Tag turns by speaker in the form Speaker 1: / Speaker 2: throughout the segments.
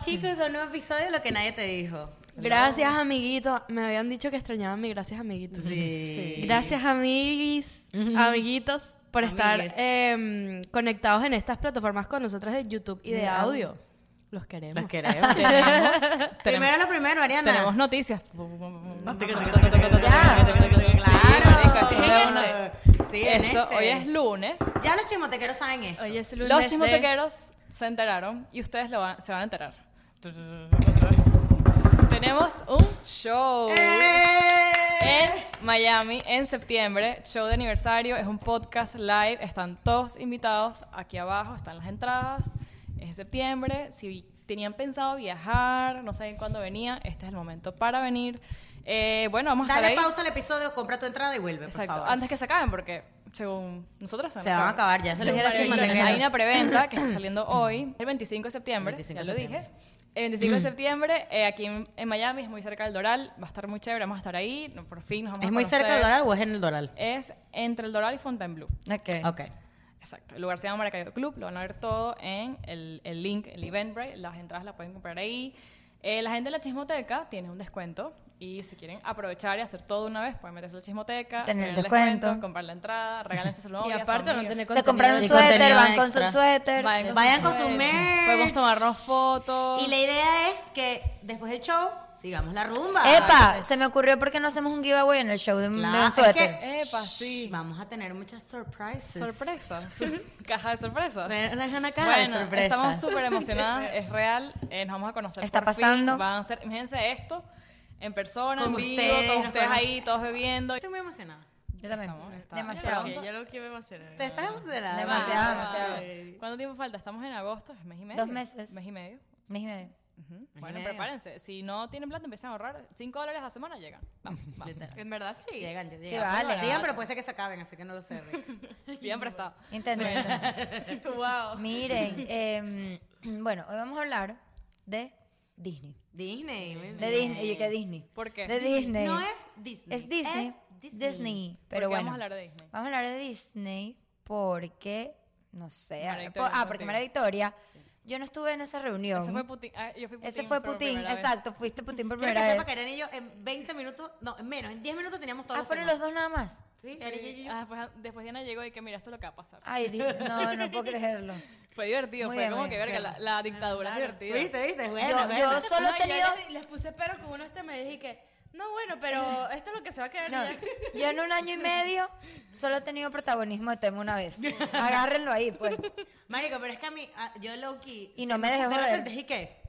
Speaker 1: chicos, a un nuevo episodio de Lo que nadie te dijo.
Speaker 2: Gracias, amiguitos. Me habían dicho que extrañaban mi gracias, amiguitos.
Speaker 1: Sí.
Speaker 2: Gracias, amiguis, amiguitos, por estar
Speaker 1: Amigues.
Speaker 2: em, conectados en estas plataformas con nosotros de YouTube y de, audio. Los queremos.
Speaker 1: Los queremos. tenemos- primero lo primero, Ariana.
Speaker 3: Tenemos noticias.
Speaker 1: Claro.
Speaker 3: Sí,
Speaker 1: Sí,
Speaker 3: marico,
Speaker 1: Sí, en
Speaker 3: Esto,
Speaker 1: este.
Speaker 3: hoy es lunes.
Speaker 1: Ya los chimotequeros saben esto.
Speaker 2: Hoy es lunes
Speaker 3: Los
Speaker 2: de-
Speaker 3: chismotequeros se enteraron y ustedes lo van- se van a enterar. Tenemos un show.
Speaker 1: ¡Eh!
Speaker 3: En Miami, en septiembre, show de aniversario, es un podcast live, están todos invitados, aquí abajo están las entradas, es en septiembre, si tenían pensado viajar, no saben cuándo venían, este es el momento para venir. Eh, bueno, vamos a estar
Speaker 1: Dale
Speaker 3: ahí.
Speaker 1: pausa al episodio, compra tu entrada y vuelve,
Speaker 3: Exacto,
Speaker 1: por favor.
Speaker 3: antes que se acaben, porque según nosotras
Speaker 1: se van a acabar ya. Se les dije a los
Speaker 3: Hay
Speaker 1: chismotequeros.
Speaker 3: una preventa que está saliendo hoy, el 25 de septiembre,
Speaker 1: 25
Speaker 3: ya
Speaker 1: de
Speaker 3: lo
Speaker 1: septiembre. Mm.
Speaker 3: dije. El 25 de septiembre, eh, aquí en, en Miami, es muy cerca del Doral, va a estar muy chévere, vamos a estar ahí, no, por fin nos vamos
Speaker 1: ¿Es
Speaker 3: a
Speaker 1: muy cerca del
Speaker 3: conocer.
Speaker 1: Doral o es en el Doral?
Speaker 3: Es entre el Doral y Fontainebleau.
Speaker 1: Ok.
Speaker 3: Exacto. El lugar se llama Maracayo Club. Lo van a ver todo en el, el link, el Eventbrite. Las entradas las pueden comprar ahí. Eh, la gente de la chismoteca tiene un descuento. Y si quieren aprovechar y hacer todo de una vez, pueden meterse a la chismoteca,
Speaker 4: Tener el descuento.
Speaker 3: comprar la entrada, regálense su
Speaker 2: Y
Speaker 3: novia,
Speaker 2: aparte van
Speaker 3: su
Speaker 2: a
Speaker 3: amiga.
Speaker 2: tener
Speaker 4: Se
Speaker 2: contenido
Speaker 4: compraron
Speaker 1: Y
Speaker 4: un
Speaker 1: contenido
Speaker 4: suéter, van con su
Speaker 1: extra.
Speaker 4: suéter.
Speaker 3: Vayan con,
Speaker 1: Vayan con
Speaker 3: su
Speaker 1: su
Speaker 3: merch.
Speaker 1: merch.
Speaker 3: Podemos tomarnos fotos.
Speaker 1: Y la idea es que después del show sigamos la rumba.
Speaker 3: pues.
Speaker 4: Epa, se me ocurrió porque no hacemos un giveaway en el show de un, de
Speaker 1: Claro,
Speaker 4: un
Speaker 1: es
Speaker 4: suéter.
Speaker 1: que-
Speaker 3: Epa, sí.
Speaker 1: Shh, Vamos a tener muchas surprises.
Speaker 3: Sorpresas. Caja de sorpresas.
Speaker 1: Ven, es una caja de
Speaker 3: Bueno,
Speaker 1: sorpresas.
Speaker 3: estamos súper emocionadas, es real, eh, nos vamos a conocer.
Speaker 4: Está
Speaker 3: por fin,
Speaker 4: pasando.
Speaker 3: Van a ser, imagínense esto, en persona,
Speaker 1: Con
Speaker 3: en vivo,
Speaker 1: ustedes,
Speaker 3: con
Speaker 1: nos
Speaker 3: ustedes
Speaker 1: conocen.
Speaker 3: ahí, todos bebiendo.
Speaker 1: Estoy muy emocionada.
Speaker 4: Yo también.
Speaker 3: Estamos- está-
Speaker 4: Demasiado.
Speaker 3: Ok,
Speaker 2: Yo lo quiero emocionar.
Speaker 1: ¿Te estás emocionada?
Speaker 4: Demasiado,
Speaker 1: Ay.
Speaker 4: demasiado.
Speaker 3: ¿Cuánto tiempo falta? Estamos en agosto, es mes y medio.
Speaker 4: Dos meses.
Speaker 3: Mes y medio.
Speaker 4: Mes y medio.
Speaker 3: Ujú.
Speaker 1: y
Speaker 3: Bueno,
Speaker 1: medio.
Speaker 3: prepárense. Si no tienen plata, empiecen a ahorrar. 5 dólares a la semana llegan. Vamos, vamos.
Speaker 2: En verdad sí.
Speaker 1: Llegan, llegan.
Speaker 4: vale.
Speaker 1: Llegan, pero puede ser que se acaben, así que no lo sé. Rick.
Speaker 3: Bien prestado.
Speaker 4: Intenten.
Speaker 2: Wow.
Speaker 4: Miren, eh, bueno, hoy vamos a hablar de Disney.
Speaker 1: Disney. muy bien.
Speaker 4: De Disney. Oye, ¿qué Disney?
Speaker 3: ¿Por qué?
Speaker 4: De Disney.
Speaker 1: No es Disney.
Speaker 4: Es Disney.
Speaker 1: Es
Speaker 4: Disney.
Speaker 3: Pero
Speaker 4: Pero bueno.
Speaker 3: vamos a hablar de Disney.
Speaker 4: Vamos a hablar de Disney porque, no sé,
Speaker 3: María
Speaker 4: ah,
Speaker 3: Victoria
Speaker 4: por-
Speaker 3: no
Speaker 4: ah, porque
Speaker 3: contigo.
Speaker 4: María Victoria, yo no estuve en esa reunión.
Speaker 3: Ese fue Putin. ah, yo fui Putin.
Speaker 4: Ese fue
Speaker 3: por
Speaker 4: Putin,
Speaker 3: primera vez.
Speaker 4: exacto, fuiste Putin por
Speaker 1: Quiero que
Speaker 4: primera
Speaker 1: sepa
Speaker 4: vez.
Speaker 1: que Ariana y yo en 20 minutos, no, en menos, en 10 minutos teníamos todos
Speaker 4: Ah,
Speaker 1: los
Speaker 4: fueron
Speaker 1: temas.
Speaker 4: los dos nada más.
Speaker 1: Sí,
Speaker 3: Sí.
Speaker 1: Ariana y yo.
Speaker 3: Ah, después, después Diana llegó y que mira esto es lo que va a pasar.
Speaker 4: Ay, di- no, no puedo creerlo.
Speaker 3: Fue divertido,
Speaker 4: Muy
Speaker 3: fue
Speaker 4: bien,
Speaker 3: como
Speaker 4: muy
Speaker 3: que
Speaker 4: bien,
Speaker 3: verga, la, la dictadura es divertida.
Speaker 1: ¿Viste, viste? Bueno,
Speaker 4: Yo,
Speaker 1: bueno.
Speaker 4: yo solo
Speaker 2: No,
Speaker 4: he
Speaker 2: yo
Speaker 4: tenido...
Speaker 2: les, les puse pero con unos temas y dije que, no, bueno, pero esto es lo que se va a quedar.
Speaker 4: No,
Speaker 2: ya.
Speaker 4: yo en un año y medio solo he tenido protagonismo de tema una vez. Agárrenlo ahí, pues.
Speaker 1: Marico, pero es que a mí, ah, yo low key.
Speaker 4: Y no me dejé joder.
Speaker 1: ¿Y qué?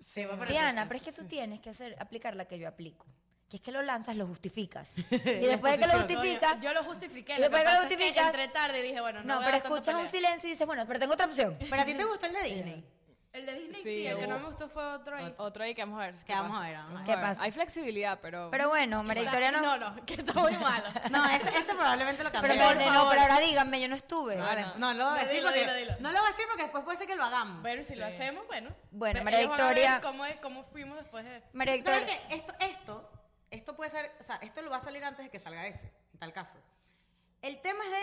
Speaker 1: Se va para
Speaker 4: Diana, pero es que tú tienes que hacer, aplicar la que yo aplico. Que es que lo lanzas, lo justificas. Y después de que lo
Speaker 2: Coño,
Speaker 4: justificas,
Speaker 2: Yo lo justifiqué.
Speaker 4: Y después que lo
Speaker 2: pasa es
Speaker 4: justificas-
Speaker 2: entre tarde dije, bueno, no.
Speaker 4: no,
Speaker 2: voy a
Speaker 4: pero
Speaker 2: dar tanta
Speaker 4: escuchas un
Speaker 2: pelea.
Speaker 4: silencio y dices, bueno, pero tengo otra opción.
Speaker 1: Pero a ti te gustó el de Disney.
Speaker 2: El de Disney
Speaker 3: Sí,
Speaker 2: sí, el que
Speaker 3: hubo-
Speaker 2: no me gustó fue otro ahí.
Speaker 3: Otro ahí que vamos a ver.
Speaker 1: Que vamos a ver, vamos a
Speaker 4: ver. ¿Qué pasa?
Speaker 3: Hay flexibilidad, pero.
Speaker 4: Pero bueno, María Victoria no.
Speaker 2: No, no, que está muy malo.
Speaker 1: No, ese, ese probablemente lo
Speaker 4: Pero,
Speaker 1: cambié.
Speaker 4: espérate, no,
Speaker 2: favor.
Speaker 4: pero ahora díganme, yo Ah, no estuve.
Speaker 1: Vale,
Speaker 3: no.
Speaker 1: no, no lo voy a
Speaker 2: Dilo,
Speaker 1: decir
Speaker 2: dilo,
Speaker 1: porque,
Speaker 2: dilo, dilo.
Speaker 1: no lo voy a decir porque después puede ser que lo hagamos.
Speaker 2: Bueno, si lo hacemos, bueno.
Speaker 4: Bueno,
Speaker 2: Ve-
Speaker 4: María
Speaker 2: ellos van a ver
Speaker 4: Victoria-
Speaker 2: Cómo, es- cómo fuimos después de...
Speaker 4: María
Speaker 1: ¿Sabes
Speaker 4: Victoria.
Speaker 1: qué? Esto, esto, esto puede ser, o sea, esto lo va a salir antes de que salga ese, en tal caso. El tema es de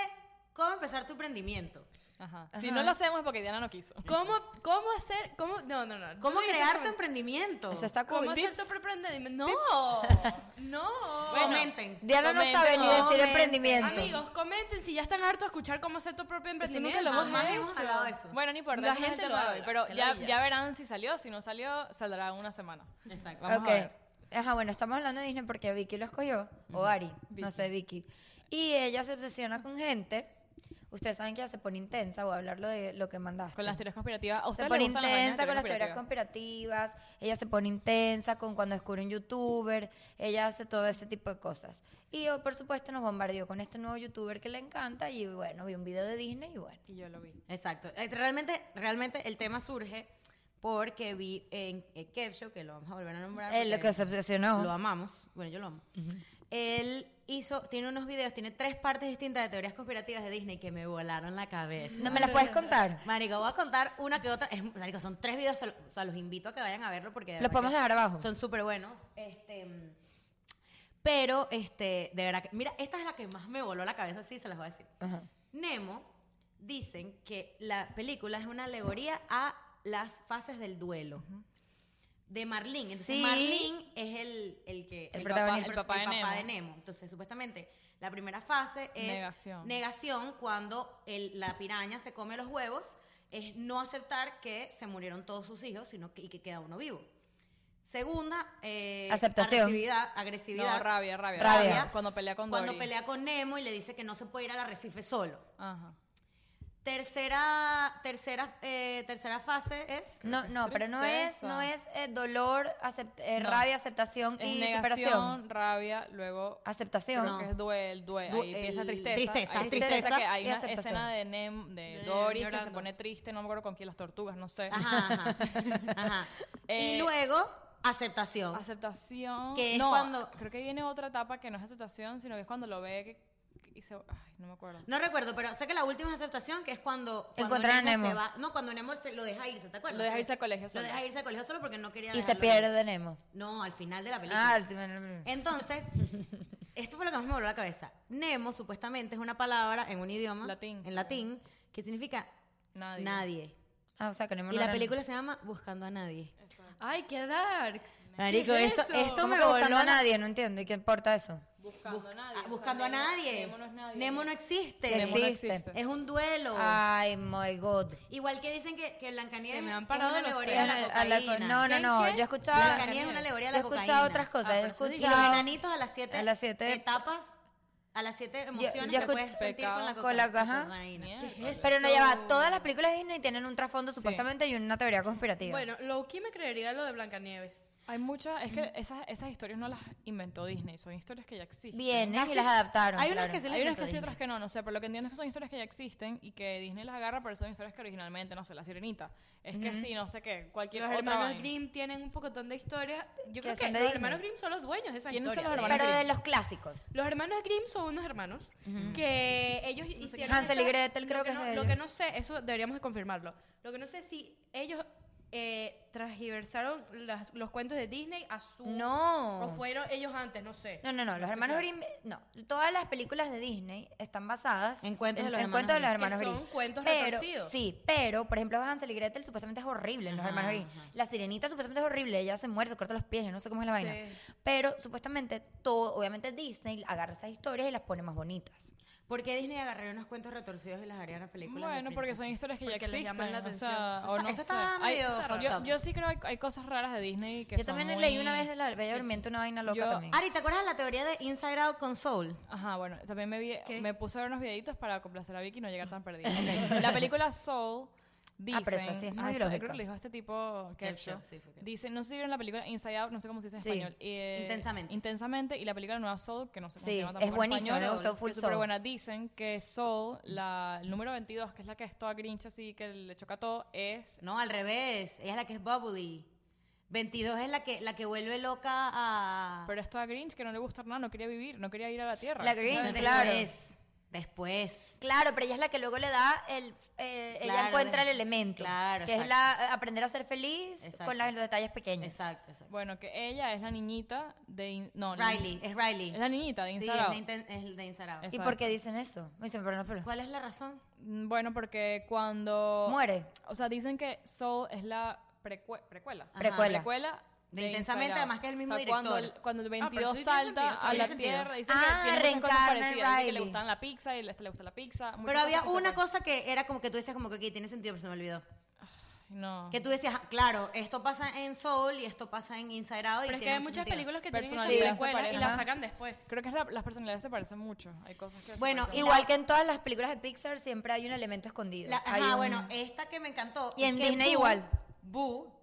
Speaker 1: cómo empezar tu emprendimiento.
Speaker 3: Ajá. Si no lo hacemos es porque Diana no quiso.
Speaker 2: ¿Cómo, cómo hacer? Cómo, no, no, no.
Speaker 1: ¿Cómo
Speaker 2: Tú dijiste
Speaker 1: crear tu
Speaker 2: cómo-
Speaker 1: emprendimiento?
Speaker 4: Eso está cool.
Speaker 2: ¿Cómo hacer
Speaker 3: tips.
Speaker 2: tu propio emprendimiento? No, no.
Speaker 3: Bueno,
Speaker 1: Comenten.
Speaker 4: Diana no
Speaker 3: Comenten,
Speaker 4: sabe ni decir
Speaker 3: comenten.
Speaker 4: emprendimiento.
Speaker 2: Amigos, comenten si ya están hartos de escuchar cómo hacer tu propio emprendimiento.
Speaker 3: lo hemos
Speaker 1: Jamás
Speaker 3: hecho.
Speaker 1: hemos hablado de eso.
Speaker 3: Bueno, no importa.
Speaker 2: La
Speaker 3: ese no es el
Speaker 2: gente
Speaker 3: tema
Speaker 2: lo
Speaker 3: de hoy,
Speaker 2: habla,
Speaker 3: Pero
Speaker 2: que la
Speaker 3: ya,
Speaker 2: villa.
Speaker 3: ya verán si salió. Si no salió, saldrá en una semana.
Speaker 1: Exacto.
Speaker 3: Vamos
Speaker 4: ok.
Speaker 3: a ver.
Speaker 4: Ajá, bueno, estamos hablando de Disney porque Vicky lo escogió, o Ari, no sé, Vicky. Y ella se obsesiona con gente. Ustedes saben que ella se pone intensa, voy a hablar lo de lo que mandaste.
Speaker 3: Con las teorías conspirativas. ¿A
Speaker 4: se
Speaker 3: ustedes
Speaker 4: pone
Speaker 3: les gustan
Speaker 4: intensa con las
Speaker 3: teorías
Speaker 4: teorías conspirativas, ella se pone intensa con cuando descubre un youtuber, ella hace todo ese tipo de cosas. Y oh, por supuesto nos bombardeó con este nuevo youtuber que le encanta y bueno, vi un video de Disney y bueno.
Speaker 3: Y yo lo vi.
Speaker 1: Exacto. Es Realmente, realmente el tema surge porque vi en, en Kev Show, que lo vamos a volver a nombrar.
Speaker 4: Es Eh, lo
Speaker 1: porque
Speaker 4: que se obsesionó.
Speaker 1: Lo amamos. Bueno, yo lo amo. Él hizo, tiene unos videos, tiene tres partes distintas de teorías conspirativas de Disney que me volaron la cabeza.
Speaker 4: ¿No me las puedes contar?
Speaker 1: Marico, voy a contar una que otra. Es, marico, son tres videos, se lo- o sea, los invito a que vayan a verlo porque... de
Speaker 4: Los
Speaker 1: verdad
Speaker 4: podemos
Speaker 1: que
Speaker 4: dejar abajo.
Speaker 1: Son súper buenos. Este, mm, pero, este, de verdad que... Mira, esta es la que más me voló la cabeza, sí, se las voy a decir.
Speaker 4: Ajá.
Speaker 1: Nemo dicen que la película es una alegoría a las fases del duelo. de Marlene. Entonces,
Speaker 4: Sí.
Speaker 1: Marlene es el, el que.
Speaker 4: El
Speaker 1: papá-
Speaker 4: protagonista.
Speaker 1: El papá,
Speaker 3: El papá de
Speaker 1: de Nemo. Entonces, supuestamente, la primera fase es
Speaker 3: Negación.
Speaker 1: negación cuando el- la piraña se come los huevos, es no aceptar que se murieron todos sus hijos sino que, y que queda uno vivo. Segunda, eh,
Speaker 4: Aceptación.
Speaker 1: Agresividad. agresividad
Speaker 3: No, rabia, rabia.
Speaker 4: Rabia.
Speaker 3: Cuando pelea con
Speaker 1: Cuando
Speaker 3: Dory.
Speaker 1: pelea con Nemo y le dice que no se puede ir al arrecife solo.
Speaker 3: Ajá.
Speaker 1: Tercera, tercera, eh, tercera fase es
Speaker 4: No, no, pero no es, no es
Speaker 3: tristeza.
Speaker 4: eh, dolor, acept- eh,
Speaker 3: No.
Speaker 4: rabia, aceptación
Speaker 3: Es
Speaker 4: y
Speaker 3: negación,
Speaker 4: superación.
Speaker 3: rabia, luego
Speaker 4: Aceptación.
Speaker 3: creo que es duel, duel.
Speaker 4: Du-
Speaker 3: ahí empieza
Speaker 4: el-
Speaker 3: tristeza.
Speaker 1: Tristeza,
Speaker 3: Hay
Speaker 1: tristeza
Speaker 3: que hay
Speaker 4: y
Speaker 3: una
Speaker 4: aceptación.
Speaker 3: escena de, Nem, de
Speaker 2: De
Speaker 3: Dory que se
Speaker 2: llorando.
Speaker 3: pone triste, no me acuerdo con quién, las tortugas, no sé.
Speaker 1: Ajá, ajá, ajá.
Speaker 3: Eh,
Speaker 1: y luego, aceptación.
Speaker 3: Aceptación.
Speaker 1: Que es
Speaker 3: no,
Speaker 1: cuando-
Speaker 3: Creo que viene otra etapa que no es aceptación, sino que es cuando lo ve que, y se. Ay, no me acuerdo.
Speaker 1: No recuerdo, pero sé que la última es aceptación, que es cuando, cuando
Speaker 4: Encontrar a
Speaker 1: se
Speaker 4: Nemo.
Speaker 1: va. No, cuando Nemo se- lo deja irse, ¿te acuerdas?
Speaker 3: Lo deja irse al colegio
Speaker 1: Lo
Speaker 3: solo.
Speaker 1: deja irse al colegio solo porque no quería
Speaker 4: Y se
Speaker 1: dejarlo ir.
Speaker 4: pierde Nemo.
Speaker 1: No, al final de la película.
Speaker 4: Ah, sí, bueno, bueno.
Speaker 1: Entonces, esto fue lo que más me voló la cabeza. Nemo, supuestamente, es una palabra en un idioma.
Speaker 3: Latín.
Speaker 1: En latín, que significa
Speaker 3: Nadie.
Speaker 1: nadie.
Speaker 4: Ah, o sea, que Nemo
Speaker 1: Y
Speaker 4: no
Speaker 1: la
Speaker 4: era-
Speaker 1: película se llama Buscando a Nadie.
Speaker 2: Ay, qué darks.
Speaker 1: Marico,
Speaker 3: ¿Qué es
Speaker 1: eso,
Speaker 3: eso?
Speaker 1: esto
Speaker 4: ¿Cómo
Speaker 1: me
Speaker 4: que buscando
Speaker 1: voló
Speaker 4: a
Speaker 1: la-
Speaker 4: nadie, no entiendo. ¿Y qué importa eso?
Speaker 3: Buscando a nadie.
Speaker 1: Ah,
Speaker 3: o sea,
Speaker 1: buscando a
Speaker 3: Nemo-
Speaker 1: nadie.
Speaker 3: Nemo no es nadie.
Speaker 1: Nemo no existe.
Speaker 4: Que
Speaker 3: Nemo no
Speaker 4: existe.
Speaker 3: existe.
Speaker 1: Es un duelo.
Speaker 4: Ay, my God.
Speaker 1: Igual que dicen que, que Blancanieves
Speaker 2: Se me han
Speaker 1: es
Speaker 2: parado
Speaker 1: una
Speaker 2: los
Speaker 1: alegoría
Speaker 2: pelos.
Speaker 1: de la
Speaker 4: A la co-
Speaker 1: cocaína.
Speaker 4: no, no,
Speaker 2: ¿Qué,
Speaker 4: no.
Speaker 2: qué?
Speaker 4: Yo he escuchado.
Speaker 1: Blancanieves es una
Speaker 4: Yo
Speaker 1: alegoría de
Speaker 4: he
Speaker 1: la
Speaker 4: escuchado
Speaker 1: cocaína.
Speaker 4: otras cosas.
Speaker 2: Ah,
Speaker 4: he
Speaker 2: por eso
Speaker 1: Y los
Speaker 2: dije. Chao.
Speaker 4: escuchado
Speaker 1: enanitos a las siete,
Speaker 4: A las siete-
Speaker 1: etapas, a las siete emociones
Speaker 4: yo
Speaker 1: que
Speaker 4: escuch-
Speaker 1: puedes sentir con la
Speaker 4: Pecado. Con la-
Speaker 1: cocaína.
Speaker 4: ajá.
Speaker 1: cocaína.
Speaker 3: Mierda.
Speaker 2: ¿Qué es
Speaker 4: Pero no lleva.
Speaker 2: eso?
Speaker 4: Todas las películas de Disney tienen un trasfondo supuestamente y una teoría conspirativa.
Speaker 2: Bueno, Loki me creería lo de Blancanieves.
Speaker 3: Hay muchas, es que esas, esas historias no las inventó Disney, son historias que ya existen.
Speaker 4: Vienen
Speaker 1: Casi-
Speaker 4: y las adaptaron.
Speaker 1: hay unas
Speaker 4: claro.
Speaker 1: que se-
Speaker 3: Hay unas que sí,
Speaker 1: Disney.
Speaker 3: otras que no, no sé, pero lo que entiendo es que son historias que ya existen y que Disney las agarra, pero son historias que originalmente, no sé, La Sirenita. Es que sí, no sé qué, cualquier
Speaker 2: Los
Speaker 3: otra
Speaker 2: hermanos
Speaker 3: vaina.
Speaker 2: Grimm tienen un pocotón de historias. Yo creo que
Speaker 4: son de
Speaker 2: los
Speaker 4: Disney.
Speaker 2: hermanos Grimm son los dueños de esa
Speaker 3: ¿Quiénes son
Speaker 2: historia.
Speaker 3: los hermanos
Speaker 4: Pero
Speaker 3: Grimm?
Speaker 4: de los clásicos.
Speaker 2: Los hermanos Grimm son unos hermanos que ellos hicieron
Speaker 4: Hansel y
Speaker 2: esto-
Speaker 4: Gretel,
Speaker 2: lo
Speaker 4: creo que
Speaker 2: no,
Speaker 4: es de
Speaker 2: Lo que
Speaker 4: ellos.
Speaker 2: no sé, eso deberíamos de confirmarlo. Lo que no sé es si ellos eh, transgiversaron las- los cuentos de Disney a su
Speaker 4: No.
Speaker 2: o fueron ellos antes, no sé.
Speaker 4: No, no,
Speaker 1: Este,
Speaker 4: no. Los hermanos Grimm. No. Todas las películas de Disney están basadas
Speaker 1: En cuentos de los hermanos
Speaker 4: cuentos de los
Speaker 2: Grimm. Que
Speaker 4: hermanos
Speaker 2: son
Speaker 4: Grimm.
Speaker 2: cuentos
Speaker 4: Pero-
Speaker 2: retorcidos.
Speaker 4: Sí, pero, por ejemplo, Hansel y Gretel supuestamente es horrible en los
Speaker 1: Ajá,
Speaker 4: hermanos Grimm.
Speaker 1: ajá.
Speaker 4: La sirenita supuestamente es horrible. Ella se muere, se corta los pies, yo no sé cómo es la
Speaker 2: Sí.
Speaker 4: vaina. Pero supuestamente todo. Obviamente Disney agarra esas historias y las pone más bonitas.
Speaker 1: ¿Por qué Disney agarraría unos cuentos retorcidos y las haría unas películas? de
Speaker 3: Bueno, porque son
Speaker 1: princesas?
Speaker 3: historias que ya
Speaker 2: Porque les
Speaker 3: existen.
Speaker 2: llaman la
Speaker 3: o sea,
Speaker 2: atención.
Speaker 3: o
Speaker 1: Eso
Speaker 3: no
Speaker 1: está- eso está
Speaker 3: sé. Hay-
Speaker 1: medio fucked
Speaker 3: yo,
Speaker 1: up.
Speaker 3: yo sí creo que hay, hay cosas raras de Disney que
Speaker 4: Yo
Speaker 3: son
Speaker 4: también
Speaker 3: muy-
Speaker 4: leí una vez de la Bella Durmiente una vaina loca
Speaker 3: Yo-
Speaker 4: también.
Speaker 1: Ari, ¿te acuerdas de la teoría de Inside Out con Soul?
Speaker 3: Ajá, bueno, también me, vi-
Speaker 2: ¿Qué?
Speaker 3: me puse a ver unos videitos para complacer a Vicky y no llegar tan perdida. La película Soul dice...
Speaker 4: Ah, pero eso sí es muy
Speaker 3: creo
Speaker 4: lógico.
Speaker 3: que lo dijo este tipo
Speaker 1: Kev
Speaker 3: Kev
Speaker 1: Show,
Speaker 3: Show.
Speaker 1: sí, fue Kev.
Speaker 3: Dice, no sé si vieron la película Inside Out, no sé cómo se dice en
Speaker 4: Sí.
Speaker 3: español. y, eh,
Speaker 1: Intensamente.
Speaker 3: Intensamente, y la película nueva Soul, que no sé cómo
Speaker 4: Sí,
Speaker 3: se llama
Speaker 4: es
Speaker 3: tampoco en
Speaker 4: buenísima,
Speaker 3: español,
Speaker 4: me gustó full
Speaker 3: que es súper
Speaker 4: Soul.
Speaker 3: buena. Dicen que Soul, la, el número 22, que es la que es toda grincha así, que le choca todo, es...
Speaker 1: No, al revés. Ella es la que es bubbly. 22 es la que, la que vuelve loca a...
Speaker 3: Pero es toda Grinch que no le gusta nada, no quería vivir, no quería ir a la tierra.
Speaker 4: La Grinch,
Speaker 1: Entonces,
Speaker 4: claro.
Speaker 1: Después. Después.
Speaker 4: Claro, pero ella es la que luego le da el. eh,
Speaker 1: Claro,
Speaker 4: ella encuentra
Speaker 1: de-
Speaker 4: el elemento.
Speaker 1: claro,
Speaker 4: Que es la eh, aprender a ser feliz
Speaker 1: Exacto.
Speaker 4: con la- los detalles pequeños.
Speaker 1: Exacto, exacto.
Speaker 3: Bueno, que ella es la niñita de... in- No, la
Speaker 1: Riley,
Speaker 3: ni-
Speaker 1: es Riley.
Speaker 3: Es la niñita de
Speaker 1: Sí,
Speaker 3: Inside
Speaker 1: es,
Speaker 3: Out.
Speaker 1: de Inten- es de Inside Out.
Speaker 3: Es-
Speaker 4: ¿Y por qué dicen eso? Me dicen, pero no, pero-
Speaker 1: ¿Cuál es la razón?
Speaker 3: Mm, Bueno, porque cuando...
Speaker 4: Muere.
Speaker 3: O sea, dicen que Soul es la precue- precuela.
Speaker 1: Ajá. Ah, Precuela.
Speaker 3: Precuela
Speaker 1: De Intensamente,
Speaker 3: Inside Out.
Speaker 1: además que es el mismo
Speaker 3: O sea, cuando
Speaker 1: director.
Speaker 3: el, cuando el
Speaker 2: Ah, pero eso
Speaker 3: 22
Speaker 2: tiene
Speaker 3: salta
Speaker 2: sentido,
Speaker 3: a
Speaker 2: tiene
Speaker 3: la
Speaker 1: sentido.
Speaker 3: Tierra, dicen
Speaker 4: Ah,
Speaker 3: que tiene muchas cosas
Speaker 4: reencarna
Speaker 3: parecidas. Dicen que le
Speaker 4: Riley.
Speaker 3: gustaban la pizza y a este le gusta la pizza. muchas
Speaker 1: Pero había
Speaker 3: cosas que se
Speaker 1: una
Speaker 3: parecen.
Speaker 1: cosa que era como que tú decías como que aquí tiene sentido, pero se me olvidó.
Speaker 3: Ay, No.
Speaker 1: Que tú decías, ah, claro, esto pasa en Soul y esto pasa en Inside Out. y
Speaker 2: Pero es que
Speaker 1: tiene
Speaker 2: hay
Speaker 1: mucho
Speaker 2: muchas
Speaker 1: sentido.
Speaker 2: películas que tienen esa
Speaker 3: Personalidad se
Speaker 2: secuela y
Speaker 3: parece.
Speaker 2: la
Speaker 3: Ajá.
Speaker 2: sacan después.
Speaker 3: Creo que es la- las personalidades se parecen mucho. Hay cosas que se
Speaker 1: Bueno,
Speaker 3: parecen
Speaker 4: Igual que en todas las películas de Pixar siempre hay un elemento escondido.
Speaker 1: La-
Speaker 4: Hay
Speaker 1: ajá,
Speaker 4: un-
Speaker 1: bueno, esta que me encantó.
Speaker 4: Y
Speaker 1: es
Speaker 4: en
Speaker 1: que
Speaker 4: Disney igual.
Speaker 1: Boo,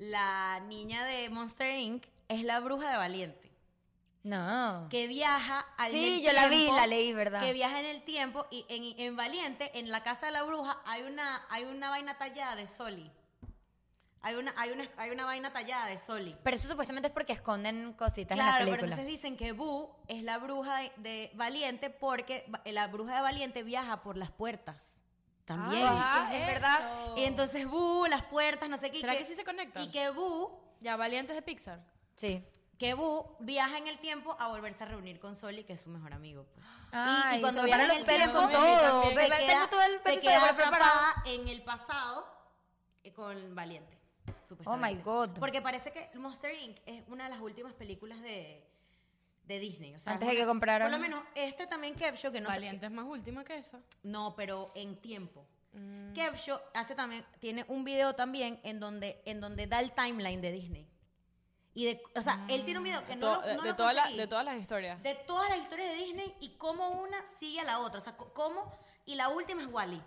Speaker 1: la niña de Monster Inc., es la bruja de Valiente.
Speaker 4: No.
Speaker 1: eh, Que viaja al
Speaker 4: Sí,
Speaker 1: el
Speaker 4: yo la vi,
Speaker 1: tiempo,
Speaker 4: la leí, ¿verdad?
Speaker 1: Que viaja en el tiempo y en, en Valiente, en la casa de la bruja, hay una, hay una vaina tallada de Soli. Hay una, hay una, hay una vaina tallada de Soli.
Speaker 4: Pero eso supuestamente es porque esconden cositas
Speaker 1: Claro, pero
Speaker 4: en la película.
Speaker 1: entonces dicen que Boo es la bruja de, de Valiente porque va- la bruja de Valiente viaja por las puertas. También.
Speaker 4: Ajá,
Speaker 2: ¿qué
Speaker 4: es
Speaker 2: es
Speaker 4: verdad.
Speaker 2: esto?
Speaker 1: Y entonces Boo, las puertas, no sé qué. y
Speaker 2: ¿Será que sí se conectan?
Speaker 1: Y que Boo,
Speaker 2: Ya valientes de Pixar.
Speaker 4: Sí.
Speaker 1: que Boo viaja en el tiempo a volverse a reunir con Soli, que es su mejor amigo. Pues.
Speaker 4: Ay,
Speaker 1: y, y cuando
Speaker 4: se me
Speaker 1: viaja
Speaker 4: paran
Speaker 1: en el
Speaker 4: los pelos
Speaker 1: tiempo,
Speaker 4: con
Speaker 2: también,
Speaker 4: todo.
Speaker 2: también.
Speaker 1: se
Speaker 4: Ve- ve-
Speaker 1: queda,
Speaker 4: tengo todo el
Speaker 1: se
Speaker 4: episodio
Speaker 1: queda
Speaker 4: preparado.
Speaker 1: atrapada en el pasado eh, con Valiente. supuestamente.
Speaker 4: Oh my God.
Speaker 1: Porque parece que Monster Inc. es una de las últimas películas de, de Disney. O sea,
Speaker 4: Antes
Speaker 1: es
Speaker 4: de que
Speaker 1: una-
Speaker 4: compraran-
Speaker 1: Por lo menos este también Kevshow, que no sé-
Speaker 2: Valiente es más última que esa.
Speaker 1: No, pero en tiempo. Mm. Kevshow hace también, tiene un video también en donde, en donde da el timeline de Disney. Y de, o sea, él tiene un video que no,
Speaker 3: To-
Speaker 1: lo- no
Speaker 3: de,
Speaker 1: lo
Speaker 3: todas las-
Speaker 1: conseguí.
Speaker 3: de todas las historias.
Speaker 1: de todas las historias de Disney y cómo una sigue a la otra. O sea, co- cómo. Y la última es Wally.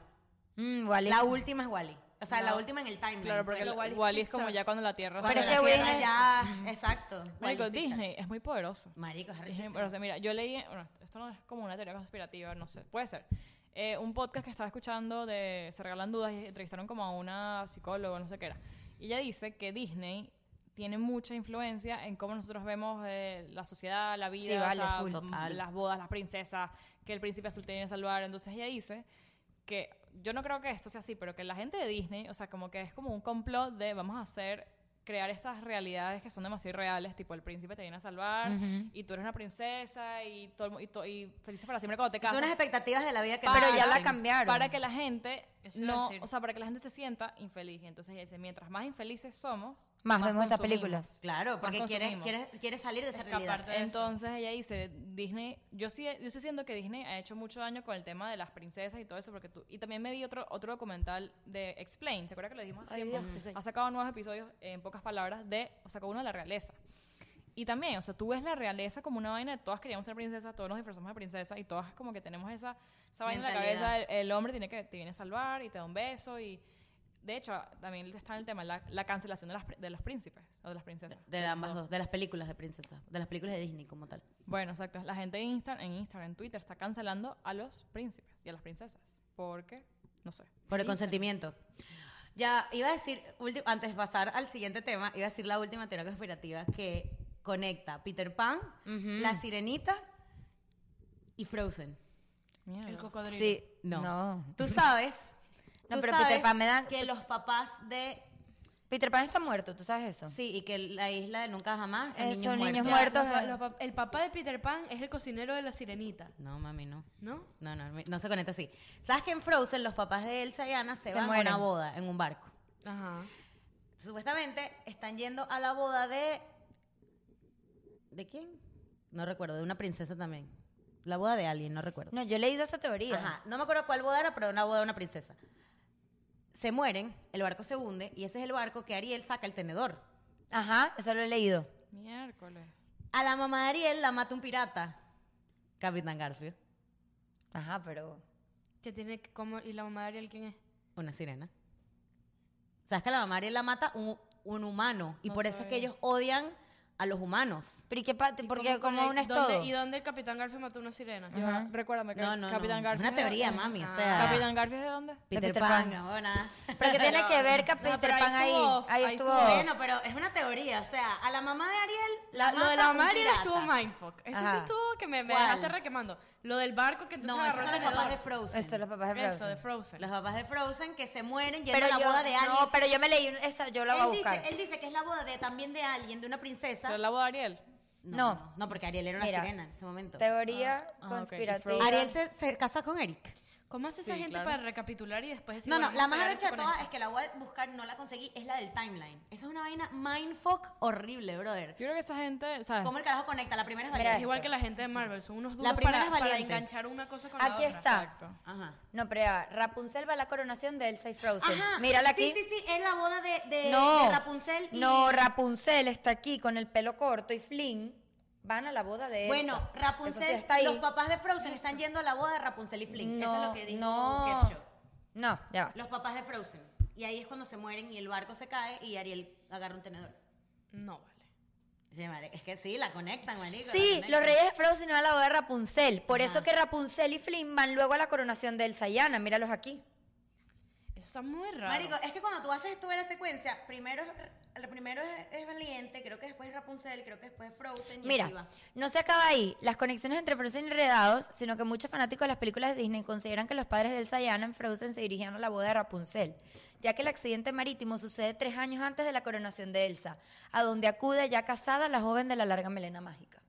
Speaker 4: Mm, Wally.
Speaker 1: La última es Wally. O sea, la
Speaker 3: No.
Speaker 1: última en el timeline.
Speaker 3: Claro, porque
Speaker 1: pues.
Speaker 2: Pero Wall-E
Speaker 3: Wally es
Speaker 2: Pixar.
Speaker 3: como ya cuando la Tierra
Speaker 1: Cuando
Speaker 4: Pero
Speaker 3: se-
Speaker 1: la
Speaker 4: es que
Speaker 1: tierra
Speaker 4: Disney-
Speaker 1: ya. Exacto.
Speaker 3: Marico,
Speaker 1: Wall-E Pixar.
Speaker 3: Disney es muy poderoso.
Speaker 1: Marico, es
Speaker 3: Disney
Speaker 1: arrechísimo.
Speaker 3: es poderoso. Mira, yo leí, bueno, esto no es como una teoría conspirativa, no sé, puede ser. Eh, un podcast que estaba escuchando de Se Regalan Dudas y entrevistaron como a una psicóloga, no sé qué era. Y ella dice que Disney tiene mucha influencia en cómo nosotros vemos eh, la sociedad, la vida,
Speaker 4: Sí,
Speaker 3: o
Speaker 4: vale,
Speaker 3: sea,
Speaker 4: full.
Speaker 3: m-
Speaker 1: Total.
Speaker 3: las bodas, las princesas, que el príncipe azul tiene que salvar. Entonces ella dice que yo no creo que esto sea así, pero que la gente de Disney, o sea, como que es como un complot de vamos a hacer crear estas realidades que son demasiado irreales, tipo el príncipe te viene a salvar y tú eres una princesa y todo el mu- y, to- y felices para siempre cuando te
Speaker 1: Son
Speaker 3: casas.
Speaker 1: unas expectativas de la vida que
Speaker 4: Pero
Speaker 1: no
Speaker 4: ya la
Speaker 1: existen.
Speaker 4: cambiaron.
Speaker 3: Para que la gente
Speaker 2: Eso iba a
Speaker 3: no,
Speaker 2: decir.
Speaker 3: o sea, para que la gente se sienta infeliz. Entonces ella dice, mientras más infelices somos,
Speaker 4: Más vemos
Speaker 3: consumimos.
Speaker 4: esas películas.
Speaker 1: Claro,
Speaker 3: Más
Speaker 1: porque quieres,
Speaker 3: consumimos.
Speaker 1: quieres, quieres salir de esa
Speaker 2: Escaparte
Speaker 1: realidad.
Speaker 2: de eso.
Speaker 3: Entonces ella dice, Disney, yo sí, yo sí siento que Disney ha hecho mucho daño con el tema de las princesas y todo eso, porque tú, y también me vi otro, otro documental de Explain, ¿se acuerda que lo dijimos hace
Speaker 4: Ay,
Speaker 3: tiempo?
Speaker 4: Dios, que soy-
Speaker 3: ha sacado nuevos episodios, en pocas palabras, de, o sacó uno de la realeza. Y también, o sea, tú ves la realeza como una vaina de todas queríamos ser princesas, todos nos disfrazamos de princesa y todas como que tenemos esa, esa vaina en la
Speaker 1: Mentalidad.
Speaker 3: cabeza, el, el hombre tiene que, te viene a salvar y te da un beso y... De hecho, también está el tema la, la cancelación de, las pr- de los príncipes o de las princesas.
Speaker 1: De ambas dos, de las películas de princesas, de las películas de Disney como tal.
Speaker 3: Bueno, exacto. La gente en Instagram, en Instagram, en Twitter está cancelando a los príncipes y a las princesas. Porque, no sé.
Speaker 1: Por el consentimiento. Ya, iba a decir, ulti- antes de pasar al siguiente tema, iba a decir la última teoría conspirativa que conecta Peter Pan,
Speaker 4: Mm.
Speaker 1: La Sirenita y Frozen.
Speaker 3: Mierda.
Speaker 2: El cocodrilo.
Speaker 4: Sí.
Speaker 1: No.
Speaker 4: No.
Speaker 1: Tú sabes.
Speaker 4: No,
Speaker 1: tú
Speaker 4: pero Peter
Speaker 1: sabes
Speaker 4: Pan me dan-
Speaker 1: Que los papás de.
Speaker 4: Peter Pan está muerto, ¿tú sabes eso?
Speaker 1: Sí, y que la isla de nunca jamás son
Speaker 4: Eh,
Speaker 1: niños
Speaker 4: son niños
Speaker 1: muertos.
Speaker 2: Ya,
Speaker 4: muertos,
Speaker 2: los pa-
Speaker 4: eh.
Speaker 2: los pa- el papá de Peter Pan es el cocinero de la sirenita,
Speaker 1: No, mami, no.
Speaker 2: ¿no?
Speaker 1: No, no, no se conecta así. ¿Sabes que en Frozen los papás de Elsa y Anna se,
Speaker 4: Se
Speaker 1: van a
Speaker 4: mueren.
Speaker 1: una boda en un barco?
Speaker 2: Ajá.
Speaker 1: Supuestamente están yendo a la boda de. ¿De quién? No recuerdo, de una princesa también. La boda de alguien, no recuerdo.
Speaker 4: No, yo he leído esa teoría.
Speaker 1: Ajá, no me acuerdo cuál boda era, pero una boda de una princesa. Se mueren, el barco se hunde y ese es el barco que Ariel saca el tenedor.
Speaker 4: Ajá, eso lo he leído.
Speaker 3: Miércoles.
Speaker 1: A la mamá de Ariel la mata un pirata. Capitán Garfield,
Speaker 4: Ajá, pero...
Speaker 2: Que tiene que- como y la mamá de Ariel quién es?
Speaker 1: una sirena. ¿Sabes que a la mamá de Ariel la mata un, un humano? Y
Speaker 3: No
Speaker 1: por eso es que
Speaker 3: sabía.
Speaker 1: ellos odian a los humanos.
Speaker 4: ¿Pero y qué parte?
Speaker 2: ¿Y
Speaker 4: Porque
Speaker 2: cómo
Speaker 4: como
Speaker 2: conect-
Speaker 4: un es
Speaker 2: dónde-
Speaker 4: todo.
Speaker 2: ¿Y dónde el Capitán Garfield mató una sirena?
Speaker 3: Ya va, Recuérdame que
Speaker 1: No, no,
Speaker 3: Capitán
Speaker 1: no.
Speaker 3: Garfield. Ah.
Speaker 1: Una teoría, mami, o sea.
Speaker 3: Capitán Garfield de dónde?
Speaker 1: Peter,
Speaker 4: Peter
Speaker 1: Pan,
Speaker 4: Pan.
Speaker 1: no, nada.
Speaker 4: ¿Pero qué tiene que ver que
Speaker 2: pero
Speaker 4: Peter
Speaker 2: ahí
Speaker 4: Pan ahí?
Speaker 2: estuvo off,
Speaker 4: Ahí
Speaker 2: ahí
Speaker 4: estuvo.
Speaker 2: estuvo off.
Speaker 1: Bueno, pero es una teoría, o sea, a la mamá de Ariel la
Speaker 2: La- lo de la
Speaker 1: mata un
Speaker 2: mamá de Ariel
Speaker 1: Ah, pirata.
Speaker 2: estuvo mindfuck. Eso sí
Speaker 4: Ajá.
Speaker 2: estuvo que me, me
Speaker 1: ¿Cuál?
Speaker 2: dejaste requemando. Lo del barco que entonces
Speaker 1: No, esos
Speaker 2: agarró
Speaker 1: son
Speaker 2: el
Speaker 1: los papás de
Speaker 2: tenedor.
Speaker 1: Frozen.
Speaker 4: Eso, los papás de
Speaker 2: Eso,
Speaker 4: Frozen.
Speaker 2: de Frozen.
Speaker 1: Los papás de Frozen que se mueren yendo a la
Speaker 4: yo-
Speaker 1: boda de alguien.
Speaker 4: No, pero yo me leí un- esa, yo la voy a
Speaker 1: él,
Speaker 4: buscar.
Speaker 1: dice, él dice que es la boda de, también de alguien, de una princesa.
Speaker 3: ¿Será la boda de Ariel?
Speaker 1: No,
Speaker 4: No.
Speaker 1: no, no, porque Ariel era una
Speaker 4: Mira,
Speaker 1: sirena en ese momento.
Speaker 4: Teoría
Speaker 3: Ah, ok, y
Speaker 4: conspirativa.
Speaker 3: Frozen.
Speaker 1: Ariel se, se casa con Eric.
Speaker 2: ¿Cómo hace esa
Speaker 3: Sí,
Speaker 2: gente
Speaker 3: claro.
Speaker 2: para recapitular y después decir
Speaker 1: no, no,
Speaker 2: bueno,
Speaker 1: la
Speaker 2: vamos
Speaker 1: más
Speaker 2: a pegar
Speaker 1: arrecha de
Speaker 2: con
Speaker 1: todas
Speaker 2: esto?
Speaker 1: es que la voy a buscar, no la conseguí, es la del timeline. Esa es una vaina mindfuck horrible, brother.
Speaker 3: Yo creo que esa gente, ¿sabes?
Speaker 1: ¿Cómo el carajo conecta? La primera es
Speaker 4: Mira,
Speaker 1: valiente.
Speaker 2: Es igual que la gente de Marvel, son unos duros
Speaker 1: primera
Speaker 2: para,
Speaker 1: es
Speaker 2: para
Speaker 1: valiente.
Speaker 2: enganchar una cosa con la
Speaker 4: Aquí
Speaker 2: otra.
Speaker 4: está.
Speaker 1: Ajá.
Speaker 4: No, pero ya va. Rapunzel va a la coronación de Elsa y Frozen.
Speaker 1: Ajá.
Speaker 4: Mírala aquí.
Speaker 1: Sí, sí, sí, es la boda de, de-
Speaker 4: No,
Speaker 1: de Rapunzel. y-
Speaker 4: no, Rapunzel está aquí con el pelo corto y Flynn van a la boda de Elsa.
Speaker 1: Bueno, Rapunzel,
Speaker 4: Entonces está ahí.
Speaker 1: los papás de Frozen están yendo a la boda de Rapunzel y Flynn. Eso es lo que dijo
Speaker 4: no,
Speaker 1: Kev Show.
Speaker 4: no, ya va.
Speaker 1: Los papás de Frozen. Y ahí es cuando se mueren y el barco se cae y Ariel agarra un tenedor.
Speaker 2: No vale.
Speaker 1: Sí, mari- es que sí, la conectan, marico. la
Speaker 4: Sí,
Speaker 1: conectan.
Speaker 4: los reyes de Frozen van a la boda de Rapunzel. Por
Speaker 1: Ajá.
Speaker 4: eso que Rapunzel y Flynn van luego a la coronación de Elsa y Anna. Míralos aquí.
Speaker 2: Eso está muy raro.
Speaker 1: Marico, es que cuando tú haces toda la secuencia, primero, es- el primero es, es Valiente, creo que después es Rapunzel, creo que después es Frozen y así
Speaker 4: Mira,
Speaker 1: va.
Speaker 4: no se acaba ahí las conexiones entre Frozen y Redados, sino que muchos fanáticos de las películas de Disney consideran que los padres de Elsa y Anna en Frozen se dirigían a la boda de Rapunzel, ya que el accidente marítimo sucede tres años antes de la coronación de Elsa, a donde acude ya casada la joven de la larga melena mágica.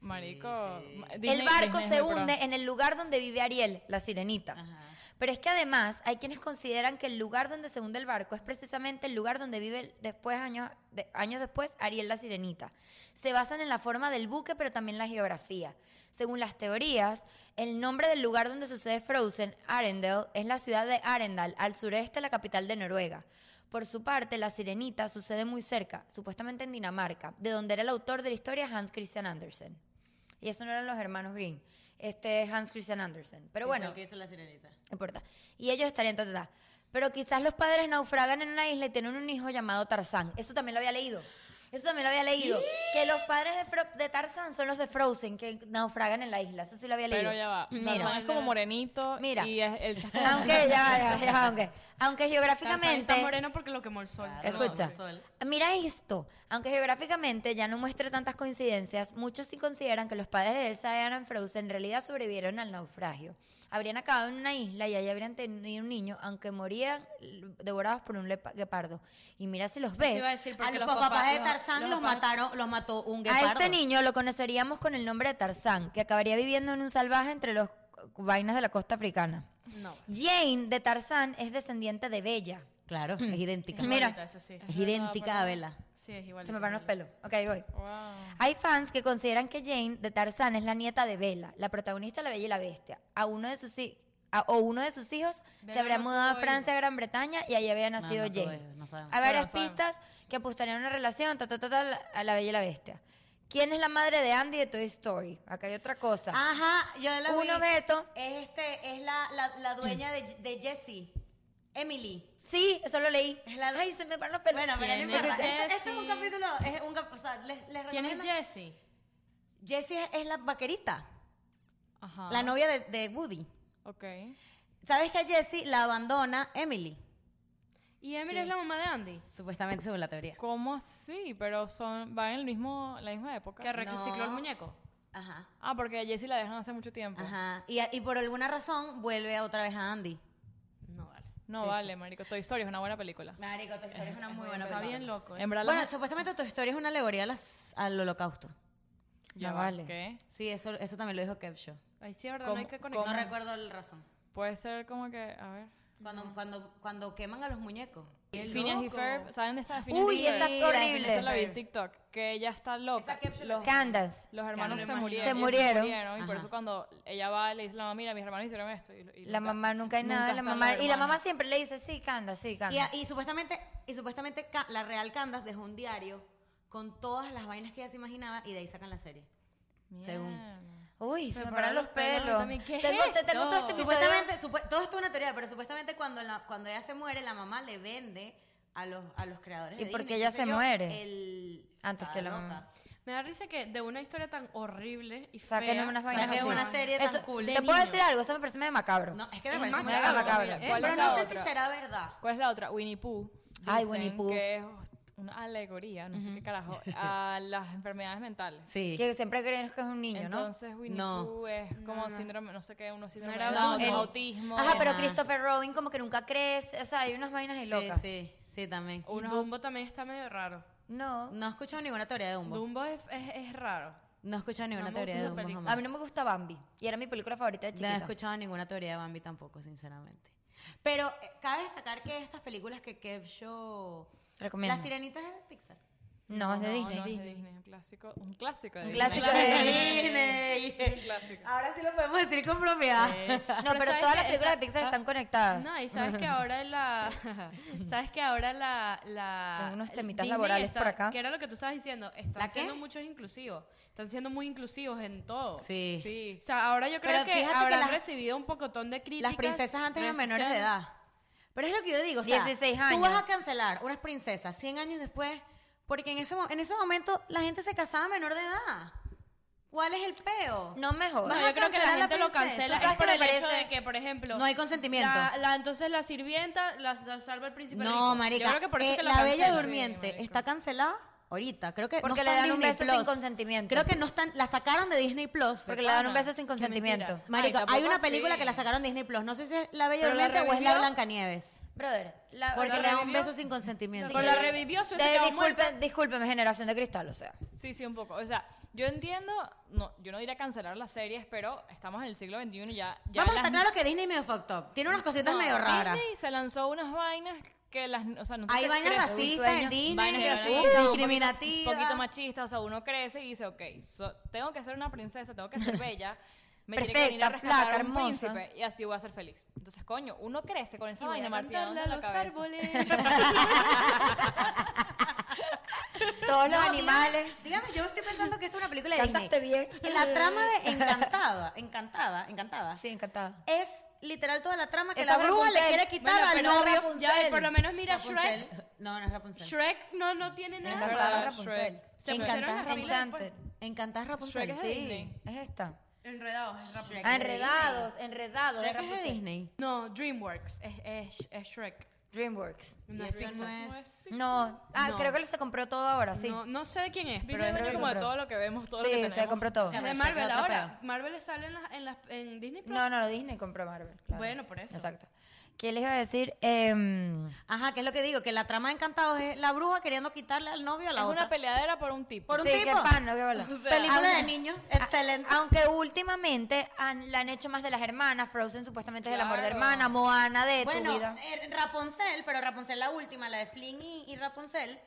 Speaker 3: Marico. ma- Disney-
Speaker 4: el barco
Speaker 3: Disney es
Speaker 4: se
Speaker 3: muy pro.
Speaker 4: hunde en el lugar donde vive Ariel, la sirenita.
Speaker 1: Ajá.
Speaker 4: Pero es que además hay quienes consideran que el lugar donde se hunde el barco es precisamente el lugar donde vive después, años, de- años después, Ariel la Sirenita. Se basan en la forma del buque, pero también la geografía. Según las teorías, el nombre del lugar donde sucede Frozen, Arendelle, es la ciudad de Arendal, al sureste de la capital de Noruega. Por su parte, La Sirenita sucede muy cerca, supuestamente en Dinamarca, de donde era el autor de la historia Hans Christian Andersen. Y eso no eran los hermanos Green, este es Hans Christian Andersen. Pero bueno,
Speaker 1: ¿Qué hizo la sirenita?
Speaker 4: no importa. Y ellos estarían ta, ta, ta. Pero quizás los padres naufragan en una isla y tienen un hijo llamado Tarzán. Eso también lo había leído. Eso también lo había leído. Que los padres de, Fro- de Tarzán son los de Frozen, que naufragan en la isla. Eso sí lo había leído.
Speaker 3: Pero ya va.
Speaker 4: Mira.
Speaker 3: Tarzán es como morenito.
Speaker 4: Mira.
Speaker 3: Y es, él se-
Speaker 4: Aunque, ya, va, ya, va, ya va, aunque, aunque
Speaker 2: Tarzán
Speaker 4: geográficamente...
Speaker 2: está moreno porque lo quemó el sol.
Speaker 1: Claro.
Speaker 4: Escucha,
Speaker 1: el sol.
Speaker 4: mira esto. Aunque geográficamente ya no muestre tantas coincidencias, muchos sí consideran que los padres de Elsa y Anna Frozen en realidad sobrevivieron al naufragio. Habrían acabado en una isla y allí habrían tenido un niño, aunque morían devorados por un lepa- guepardo. Y mira si los ves.
Speaker 2: iba a decir,
Speaker 1: A
Speaker 2: porque
Speaker 1: los,
Speaker 2: los
Speaker 1: papás,
Speaker 2: papás-
Speaker 1: de Tarzán los,
Speaker 2: los papás-
Speaker 1: mataron, los mató un guepardo.
Speaker 4: A este niño lo conoceríamos con el nombre de Tarzán, que acabaría viviendo en un salvaje entre los vainas de la costa africana.
Speaker 2: No.
Speaker 4: Jane de Tarzán es descendiente de Bella.
Speaker 1: Claro, es idéntica.
Speaker 4: Mira.
Speaker 2: Igualita, esa sí.
Speaker 1: Es idéntica a Bella.
Speaker 2: Sí, es igual.
Speaker 4: Se me paran los pelos. Ok, voy.
Speaker 3: Wow.
Speaker 4: Hay fans que consideran que Jane de Tarzán es la nieta de Bella, la protagonista de La Bella y la Bestia. A uno de sus hi- a- o uno de sus hijos se
Speaker 2: Bella
Speaker 4: habría
Speaker 2: no
Speaker 4: mudado a
Speaker 2: tuvo
Speaker 4: Francia, a Gran Bretaña y allí había
Speaker 1: No,
Speaker 4: nacido
Speaker 1: no tuve,
Speaker 4: Jane.
Speaker 1: no sabemos.
Speaker 4: Hay varias
Speaker 3: Claro, no
Speaker 4: pistas que apostarían a una relación ta, ta, ta, ta, a La Bella y la Bestia. ¿Quién es la madre de Andy de Toy Story? Acá hay otra cosa.
Speaker 1: Ah. Ajá, yo la
Speaker 4: Uno
Speaker 1: vi.
Speaker 4: Beto.
Speaker 1: Es, este, es la, la, la dueña de, de Jessie, Emily.
Speaker 4: Sí, eso lo leí.
Speaker 1: Es la-
Speaker 4: Ay, se me paran los pelos.
Speaker 1: Bueno, pero no
Speaker 2: ¿Quién
Speaker 1: importa.
Speaker 2: es
Speaker 1: Este, este es un
Speaker 2: Jessie?
Speaker 1: capítulo, es un cap- o sea, les, les
Speaker 2: ¿Quién es
Speaker 1: recomiendo-
Speaker 2: Jessie?
Speaker 1: Jessie es, es la vaquerita,
Speaker 3: Ajá.
Speaker 1: la novia de, de Woody.
Speaker 3: Ok.
Speaker 1: ¿Sabes que a Jessie la abandona Emily?
Speaker 2: Y Emily es la mamá de Andy.
Speaker 1: Supuestamente según la teoría.
Speaker 3: ¿Cómo así? Pero son, van en el mismo, la misma época.
Speaker 2: Que recicló
Speaker 1: No.
Speaker 2: el muñeco.
Speaker 1: Ajá.
Speaker 3: Ah, porque a Jessie la dejan hace mucho tiempo.
Speaker 1: Ajá. Y, y por alguna razón vuelve otra vez a Andy.
Speaker 2: No vale.
Speaker 3: No vale, marico. Toy Story es una buena película.
Speaker 1: Marico, tu historia es una muy
Speaker 2: Bueno,
Speaker 1: buena
Speaker 2: está
Speaker 1: película.
Speaker 2: bien loco. ¿eh?
Speaker 3: En verdad,
Speaker 1: Bueno,
Speaker 3: las-
Speaker 1: supuestamente tu historia es una alegoría a las- al holocausto.
Speaker 4: Ya
Speaker 3: va,
Speaker 4: vale.
Speaker 3: ¿qué?
Speaker 1: Sí, eso, eso también lo dijo Kev Show.
Speaker 2: Ahí sí, es verdad, no
Speaker 3: ¿Cómo-
Speaker 2: hay que
Speaker 1: No
Speaker 3: cómo-
Speaker 2: conectar.
Speaker 1: recuerdo la razón.
Speaker 3: Puede ser como que, a ver.
Speaker 1: Cuando, cuando, cuando queman a los muñeñecos.
Speaker 3: Phineas y Ferb, ¿saben de esta de Phineas
Speaker 4: Uy,
Speaker 3: y Ferb?
Speaker 4: esa
Speaker 1: Sí,
Speaker 4: es
Speaker 1: la
Speaker 4: horrible.
Speaker 3: Eso la vi en TikTok, que ella está loca.
Speaker 1: Esa caption
Speaker 3: Los,
Speaker 4: Candace.
Speaker 3: los hermanos
Speaker 2: Claro,
Speaker 3: se
Speaker 2: me imagino.
Speaker 3: murieron.
Speaker 4: Se murieron.
Speaker 3: y por
Speaker 1: Ajá.
Speaker 3: eso cuando ella va le dice a la mamá, mira, mis hermanos hicieron esto. y- y
Speaker 4: La mamá nunca hay nada. La
Speaker 3: están los
Speaker 4: mamá, y la
Speaker 3: hermanos.
Speaker 4: mamá siempre le dice, sí, Canda, sí,
Speaker 1: Y,
Speaker 4: Canda.
Speaker 1: y supuestamente, y supuestamente Ca- la Real Candas dejó un diario con todas las vainas que ella se imaginaba y de ahí sacan la serie. Según.
Speaker 3: Mierda.
Speaker 4: Uy, se me paran los pelos.
Speaker 2: también. ¿Qué es
Speaker 4: Tengo, te- tengo todo
Speaker 2: esto?
Speaker 4: este episodio
Speaker 1: Supuestamente, supu- todo esto es una teoría, pero supuestamente cuando, la- cuando ella se muere, la mamá le vende a los, a los creadores.
Speaker 4: ¿Y
Speaker 1: de
Speaker 4: por
Speaker 1: Disney,
Speaker 4: qué ella
Speaker 1: qué sé
Speaker 4: se
Speaker 1: yo,
Speaker 4: muere?
Speaker 1: el-
Speaker 4: Antes que la
Speaker 1: loca.
Speaker 4: mamá.
Speaker 2: Me da risa que de una historia tan horrible y fea...
Speaker 4: Saquen unas vainas
Speaker 1: Saquen
Speaker 4: así.
Speaker 1: una serie tan
Speaker 4: Eso-
Speaker 1: cool.
Speaker 4: Te
Speaker 2: De
Speaker 4: puedo
Speaker 2: niños.
Speaker 4: decir algo, eso me parece medio macabro.
Speaker 1: No, es que me
Speaker 2: Es
Speaker 1: parece muy
Speaker 2: macabro,
Speaker 1: macabro.
Speaker 2: mira,
Speaker 4: macabro.
Speaker 2: ¿cuál
Speaker 1: Pero
Speaker 3: es la
Speaker 1: no sé si
Speaker 3: otra?
Speaker 1: será verdad.
Speaker 3: ¿Cuál es la otra? Winnie Pooh.
Speaker 4: Ay,
Speaker 3: Dicen
Speaker 4: Winnie Pooh.
Speaker 3: Que es una alegoría, no sé qué carajo, a las enfermedades mentales.
Speaker 1: Sí.
Speaker 4: Que siempre creen que es un niño, ¿no?
Speaker 3: Entonces Winnie
Speaker 1: No.
Speaker 3: Pooh es como
Speaker 2: no.
Speaker 3: síndrome, no sé qué, uno síndrome
Speaker 2: era
Speaker 3: de
Speaker 2: Down,
Speaker 3: Down,
Speaker 1: el-
Speaker 3: autismo.
Speaker 4: Ajá, pero
Speaker 1: Ajá.
Speaker 4: Christopher Robin como que nunca crece. O sea, hay unas vainas y
Speaker 1: Sí,
Speaker 4: locas.
Speaker 1: sí, sí, también.
Speaker 2: Y
Speaker 3: Unos-
Speaker 2: Dumbo también está medio raro.
Speaker 4: No.
Speaker 1: No he escuchado ninguna teoría de Dumbo.
Speaker 2: Dumbo es, es, es raro.
Speaker 1: No he escuchado ninguna
Speaker 2: No me
Speaker 1: teoría de
Speaker 2: gusta
Speaker 1: Dumbo
Speaker 2: esa película.
Speaker 1: jamás.
Speaker 4: A mí no me gusta Bambi. Y era mi película favorita de
Speaker 1: No he
Speaker 4: chiquita.
Speaker 1: escuchado ninguna teoría de Bambi tampoco, sinceramente. Pero eh, cabe destacar que estas películas que Kev Show... La
Speaker 4: Recomiendo.
Speaker 1: Sirenita es de Pixar.
Speaker 4: No, es de
Speaker 3: No,
Speaker 4: Disney.
Speaker 3: no, es de Disney, un clásico, un clásico de
Speaker 4: Un
Speaker 3: Disney.
Speaker 4: clásico de
Speaker 1: Disney. Ahora sí lo podemos decir con propiedad.
Speaker 4: No,
Speaker 2: Pero
Speaker 4: pero
Speaker 2: ¿sabes
Speaker 4: todas
Speaker 2: qué?
Speaker 4: las películas
Speaker 2: Esa-
Speaker 4: de Pixar están conectadas.
Speaker 2: No, y sabes que ahora la. sabes que ahora la. la
Speaker 4: Tengo unos temitas
Speaker 2: Disney
Speaker 4: laborales
Speaker 2: está-
Speaker 4: por acá.
Speaker 2: Que era lo que tú estabas diciendo.
Speaker 1: ¿La
Speaker 2: Están
Speaker 1: qué?
Speaker 2: siendo muchos inclusivos. Están siendo muy inclusivos en todo.
Speaker 1: Sí.
Speaker 3: Sí.
Speaker 2: O sea, ahora yo creo
Speaker 1: Pero
Speaker 2: que
Speaker 1: fíjate que
Speaker 2: habrán
Speaker 1: las-
Speaker 2: recibido un pocotón de críticas.
Speaker 1: Las princesas antes eran
Speaker 2: redes
Speaker 1: menores de
Speaker 2: sociales.
Speaker 1: edad. Pero es lo que yo digo, o sea,
Speaker 4: 16
Speaker 1: tú
Speaker 4: años.
Speaker 1: vas a cancelar unas princesas 100 años después, porque en ese, mo- en ese momento la gente se casaba menor de edad. ¿Cuál es el peo?
Speaker 4: No me
Speaker 2: No,
Speaker 4: jodas.
Speaker 1: Vas a
Speaker 2: yo creo que la
Speaker 1: cancelar a la
Speaker 2: gente lo
Speaker 1: princesa.
Speaker 2: cancela
Speaker 4: ¿Tú sabes
Speaker 2: es por
Speaker 4: qué
Speaker 2: el
Speaker 4: me
Speaker 2: hecho
Speaker 4: parece?
Speaker 2: de que, por ejemplo.
Speaker 1: No hay consentimiento.
Speaker 2: La, la- entonces la sirvienta la, la salva el príncipe rico.
Speaker 1: no, marica.
Speaker 2: Yo creo que por eso
Speaker 1: eh,
Speaker 2: que lo
Speaker 1: la Bella
Speaker 2: cancelan.
Speaker 1: Durmiente
Speaker 3: Sí, marica.
Speaker 1: está cancelada ahorita. Creo que
Speaker 4: Porque
Speaker 1: no
Speaker 4: le
Speaker 1: está en
Speaker 4: dan un
Speaker 1: Disney
Speaker 4: beso
Speaker 1: Plus.
Speaker 4: sin consentimiento.
Speaker 1: Creo que no están, la sacaron de Disney Plus.
Speaker 4: Porque le dan un
Speaker 3: pana.
Speaker 4: beso sin
Speaker 2: Qué mentira.
Speaker 4: consentimiento.
Speaker 1: Marica,
Speaker 3: Ay,
Speaker 1: hay
Speaker 3: tampoco
Speaker 1: una película
Speaker 3: así.
Speaker 1: que la sacaron de Disney Plus. No sé si es La Bella
Speaker 2: Pero la
Speaker 1: Durmiente o es La
Speaker 2: revivió.
Speaker 1: Blancanieves.
Speaker 4: Brother, la
Speaker 1: Porque
Speaker 4: la
Speaker 1: le da un
Speaker 4: revivió-
Speaker 1: beso sin consentimiento.
Speaker 2: Con la revivió, se
Speaker 4: De-
Speaker 2: hubiese quedado muerta.
Speaker 4: disculpen, discúlpeme, generación de cristal, o sea.
Speaker 3: Sí, sí, un poco. O sea, yo entiendo, no, yo no diría cancelar las series, pero estamos en el siglo XXI y ya... ya
Speaker 1: Vamos a
Speaker 3: las-
Speaker 1: estar claro que Disney medio fucked up. Tiene unas cositas
Speaker 3: No,
Speaker 1: medio raras.
Speaker 3: Disney se lanzó unas vainas que las... O sea, no sé
Speaker 1: Hay
Speaker 3: si
Speaker 1: vainas
Speaker 3: crees-
Speaker 1: racistas en
Speaker 4: sueño,
Speaker 1: Disney,
Speaker 3: vainas
Speaker 2: Sí,
Speaker 3: racistas,
Speaker 1: uh,
Speaker 3: un poquito-
Speaker 1: discriminativas.
Speaker 3: Un poquito machista, o sea, uno crece y dice, ok, so- tengo que ser una princesa, tengo que ser bella, me tiene que venir a
Speaker 4: Perfecta,
Speaker 3: rescatar
Speaker 4: flaca,
Speaker 3: un
Speaker 4: hermosa.
Speaker 3: príncipe y así voy a ser feliz. Entonces, coño, uno crece con esa
Speaker 2: Y voy
Speaker 3: vaina
Speaker 2: a cantarle
Speaker 3: martillándote
Speaker 2: a
Speaker 3: en la
Speaker 2: los
Speaker 3: cabeza.
Speaker 2: árboles.
Speaker 4: Todos los
Speaker 1: No,
Speaker 4: animales.
Speaker 1: Dígame, yo estoy pensando que esto es una película de
Speaker 4: Cantaste
Speaker 1: Disney.
Speaker 4: bien.
Speaker 1: La trama de Encantada, Encantada, Encantada.
Speaker 4: Sí, encantada.
Speaker 1: Es literal toda la trama que
Speaker 4: Esa
Speaker 1: la bruja le
Speaker 4: Rapunzel.
Speaker 1: quiere quitar
Speaker 4: Bueno,
Speaker 1: al
Speaker 4: pero
Speaker 1: novio.
Speaker 4: Rapunzel.
Speaker 2: ya, por lo menos mira
Speaker 1: Rapunzel.
Speaker 2: Shrek.
Speaker 1: No, no es Rapunzel.
Speaker 2: Shrek no, no tiene
Speaker 4: Es
Speaker 2: nada.
Speaker 4: encantada
Speaker 3: verdad,
Speaker 4: Rapunzel.
Speaker 3: Shrek.
Speaker 2: Se
Speaker 1: Encantada,
Speaker 2: pusieron las pilas
Speaker 4: Enchanted.
Speaker 2: después.
Speaker 1: Encantada pues, es Rapunzel.
Speaker 3: Shrek es de
Speaker 4: Sí,
Speaker 3: Disney.
Speaker 4: es esta.
Speaker 2: Enredados, es Rapunzel.
Speaker 4: Ah, enredados, enredados.
Speaker 1: Shrek es de
Speaker 4: Rapunzel.
Speaker 1: Disney.
Speaker 2: No, DreamWorks. Es, es, es Shrek.
Speaker 4: DreamWorks.
Speaker 2: No es
Speaker 1: Eso no
Speaker 2: Pixar.
Speaker 1: es...
Speaker 4: No, ah,
Speaker 2: No.
Speaker 4: creo que se compró todo ahora, sí.
Speaker 2: No, no sé de quién es, pero
Speaker 3: Disney
Speaker 2: es
Speaker 3: dueño
Speaker 4: que
Speaker 3: como de
Speaker 4: compró.
Speaker 3: todo lo que vemos, todo lo que
Speaker 4: sí,
Speaker 3: tenemos.
Speaker 4: se compró todo.
Speaker 1: sea,
Speaker 2: Es de
Speaker 1: Shrek
Speaker 2: Marvel
Speaker 1: es otro
Speaker 2: ahora. Marvel le sale en, las, en, las, en Disney Plus.
Speaker 4: No, no, no, Disney compró Marvel. claro.
Speaker 2: Bueno, por eso.
Speaker 4: Exacto. ¿Qué les iba a decir? Em,
Speaker 1: Ajá, que es lo que digo, que la trama de Encantados es la bruja queriendo quitarle al novio a la
Speaker 3: Es
Speaker 1: otra.
Speaker 3: una peleadera por un tipo.
Speaker 1: Por un
Speaker 4: sí,
Speaker 1: tipo.
Speaker 4: qué pan, ¿no? Qué bola.
Speaker 3: O sea,
Speaker 1: Película
Speaker 4: aunque-
Speaker 1: de niños, excelente.
Speaker 4: Aunque últimamente han- la han hecho más de las hermanas. Frozen supuestamente es el amor de
Speaker 3: Claro.
Speaker 4: hermana. Moana de tu
Speaker 1: Bueno,
Speaker 4: vida.
Speaker 1: eh, Rapunzel, pero Rapunzel la última, la de Flynn y, y Rapunzel,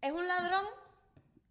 Speaker 1: es un ladrón.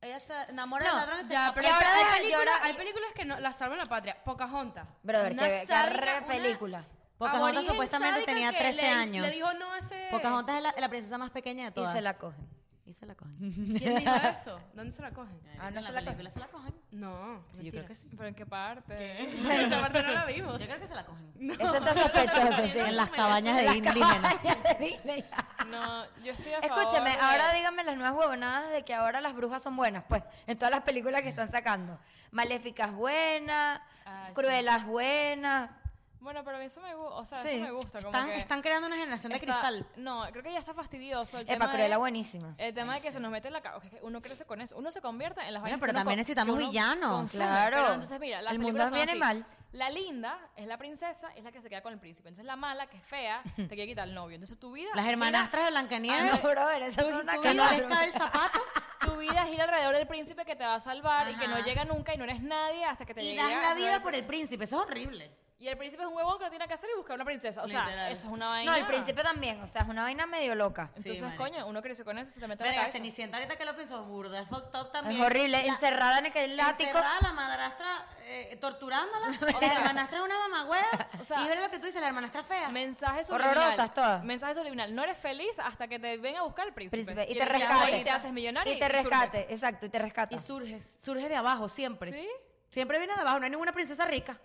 Speaker 1: Ella se enamora
Speaker 4: No,
Speaker 1: del ladrón. y se
Speaker 2: Ya,
Speaker 1: escapa.
Speaker 2: pero
Speaker 4: Y
Speaker 2: hay,
Speaker 4: ahora
Speaker 2: hay
Speaker 4: deja- y
Speaker 2: películas,
Speaker 4: ahora-
Speaker 2: hay películas que no, la salvan la patria. Pocahontas.
Speaker 4: Brother,
Speaker 2: Una
Speaker 4: qué be- qué
Speaker 2: sádica,
Speaker 4: re
Speaker 2: una
Speaker 4: película.
Speaker 1: Pocahontas
Speaker 2: aborigen
Speaker 1: supuestamente
Speaker 2: sádica
Speaker 1: tenía
Speaker 2: que
Speaker 1: 13
Speaker 2: le-
Speaker 1: años.
Speaker 2: Le dijo no a ese...
Speaker 1: Pocahontas es la, la princesa más pequeña de
Speaker 4: Y
Speaker 1: todas.
Speaker 4: se la cogen.
Speaker 1: Y se la cogen.
Speaker 2: ¿Quién dijo eso? ¿Dónde se la cogen?
Speaker 4: Ah, no
Speaker 1: En
Speaker 4: se la
Speaker 1: película
Speaker 4: cogen.
Speaker 1: se la cogen.
Speaker 2: No,
Speaker 3: Sí, yo creo que sí. ¿Pero en qué parte?
Speaker 2: Esa parte no la vimos.
Speaker 1: Yo creo que se la cogen.
Speaker 4: Eso está sospechoso, sí.
Speaker 1: En las cabañas de
Speaker 4: Las
Speaker 1: indígenas.
Speaker 4: cabañas de Disney.
Speaker 3: No, yo estoy a favor
Speaker 4: Escúchame,
Speaker 3: de-
Speaker 4: ahora díganme las nuevas huevonadas de que ahora las brujas son buenas, pues, en todas las películas que están sacando. Maléficas buenas,
Speaker 2: Ah, sí.
Speaker 4: Cruelas buenas.
Speaker 3: Bueno, pero eso me gusta, o sea,
Speaker 4: Sí,
Speaker 3: eso me gusta. Como
Speaker 1: Están,
Speaker 3: que
Speaker 1: están creando una generación de
Speaker 3: está-
Speaker 1: cristal.
Speaker 3: No, creo que ya está fastidioso el
Speaker 4: Epa,
Speaker 3: tema
Speaker 4: Cruella
Speaker 3: de-
Speaker 4: buenísima. Ah,
Speaker 3: El tema de que se nos mete en la cabeza, que uno crece con eso, uno se convierte en las
Speaker 1: Bueno,
Speaker 3: vainas
Speaker 1: pero
Speaker 3: que uno
Speaker 1: también
Speaker 3: con-
Speaker 1: necesitamos
Speaker 3: que uno
Speaker 1: villanos.
Speaker 3: consume.
Speaker 4: Claro.
Speaker 3: Pero entonces, mira, las
Speaker 4: El mundo
Speaker 3: películas
Speaker 4: es
Speaker 3: son
Speaker 4: bien y
Speaker 3: así.
Speaker 4: mal.
Speaker 3: La linda es la princesa, es la que se queda con el príncipe. Entonces la mala, que es fea, te quiere quitar el novio. Entonces tu vida...
Speaker 1: Las
Speaker 3: gira-
Speaker 1: hermanastras de
Speaker 4: Ah,
Speaker 1: Blancanieves,
Speaker 4: no, brother, eso es
Speaker 3: tú-
Speaker 4: una
Speaker 3: tú
Speaker 1: que
Speaker 4: cosa.
Speaker 1: no
Speaker 3: Claro.
Speaker 1: les cae el zapato.
Speaker 3: Tu vida gira alrededor del príncipe que te va a salvar y que no
Speaker 1: Ajá.
Speaker 3: llega nunca y no eres nadie hasta que te
Speaker 1: Y
Speaker 3: llega
Speaker 1: das la
Speaker 3: el
Speaker 1: vida
Speaker 3: nuevo-
Speaker 1: por el príncipe. Eso es horrible.
Speaker 3: Y el príncipe es un huevón que no tiene que hacer y buscar una princesa. O sea,
Speaker 1: Literal.
Speaker 3: eso es una vaina.
Speaker 4: No, el príncipe también, o sea, es una vaina medio loca.
Speaker 3: Entonces,
Speaker 1: marica.
Speaker 3: coño, uno creció con eso, se te mete en la
Speaker 1: Verga,
Speaker 3: cabeza.
Speaker 1: Cenicienta, ahorita que lo pienso, burda, es fucked up también.
Speaker 4: Es horrible, encerrada en aquel látigo.
Speaker 1: Encerrada, la madrastra eh, torturándola, la hermanastra es una mamagüeva,
Speaker 3: O sea,
Speaker 1: y ver lo que tú dices, la hermanastra fea.
Speaker 3: Mensaje subliminal.
Speaker 4: Horrorosas todas.
Speaker 3: Mensaje subliminal. No eres feliz hasta que te ven a buscar el príncipe.
Speaker 4: Príncipe, y
Speaker 3: el
Speaker 4: te
Speaker 3: príncipe
Speaker 4: rescate.
Speaker 3: muere Y te haces millonario.
Speaker 4: Y te
Speaker 3: surges.
Speaker 4: rescate, Ah. exacto, y te rescata.
Speaker 1: Y surges, surge de abajo siempre.
Speaker 3: ¿Sí?
Speaker 1: Siempre viene de abajo, no hay ninguna princesa rica.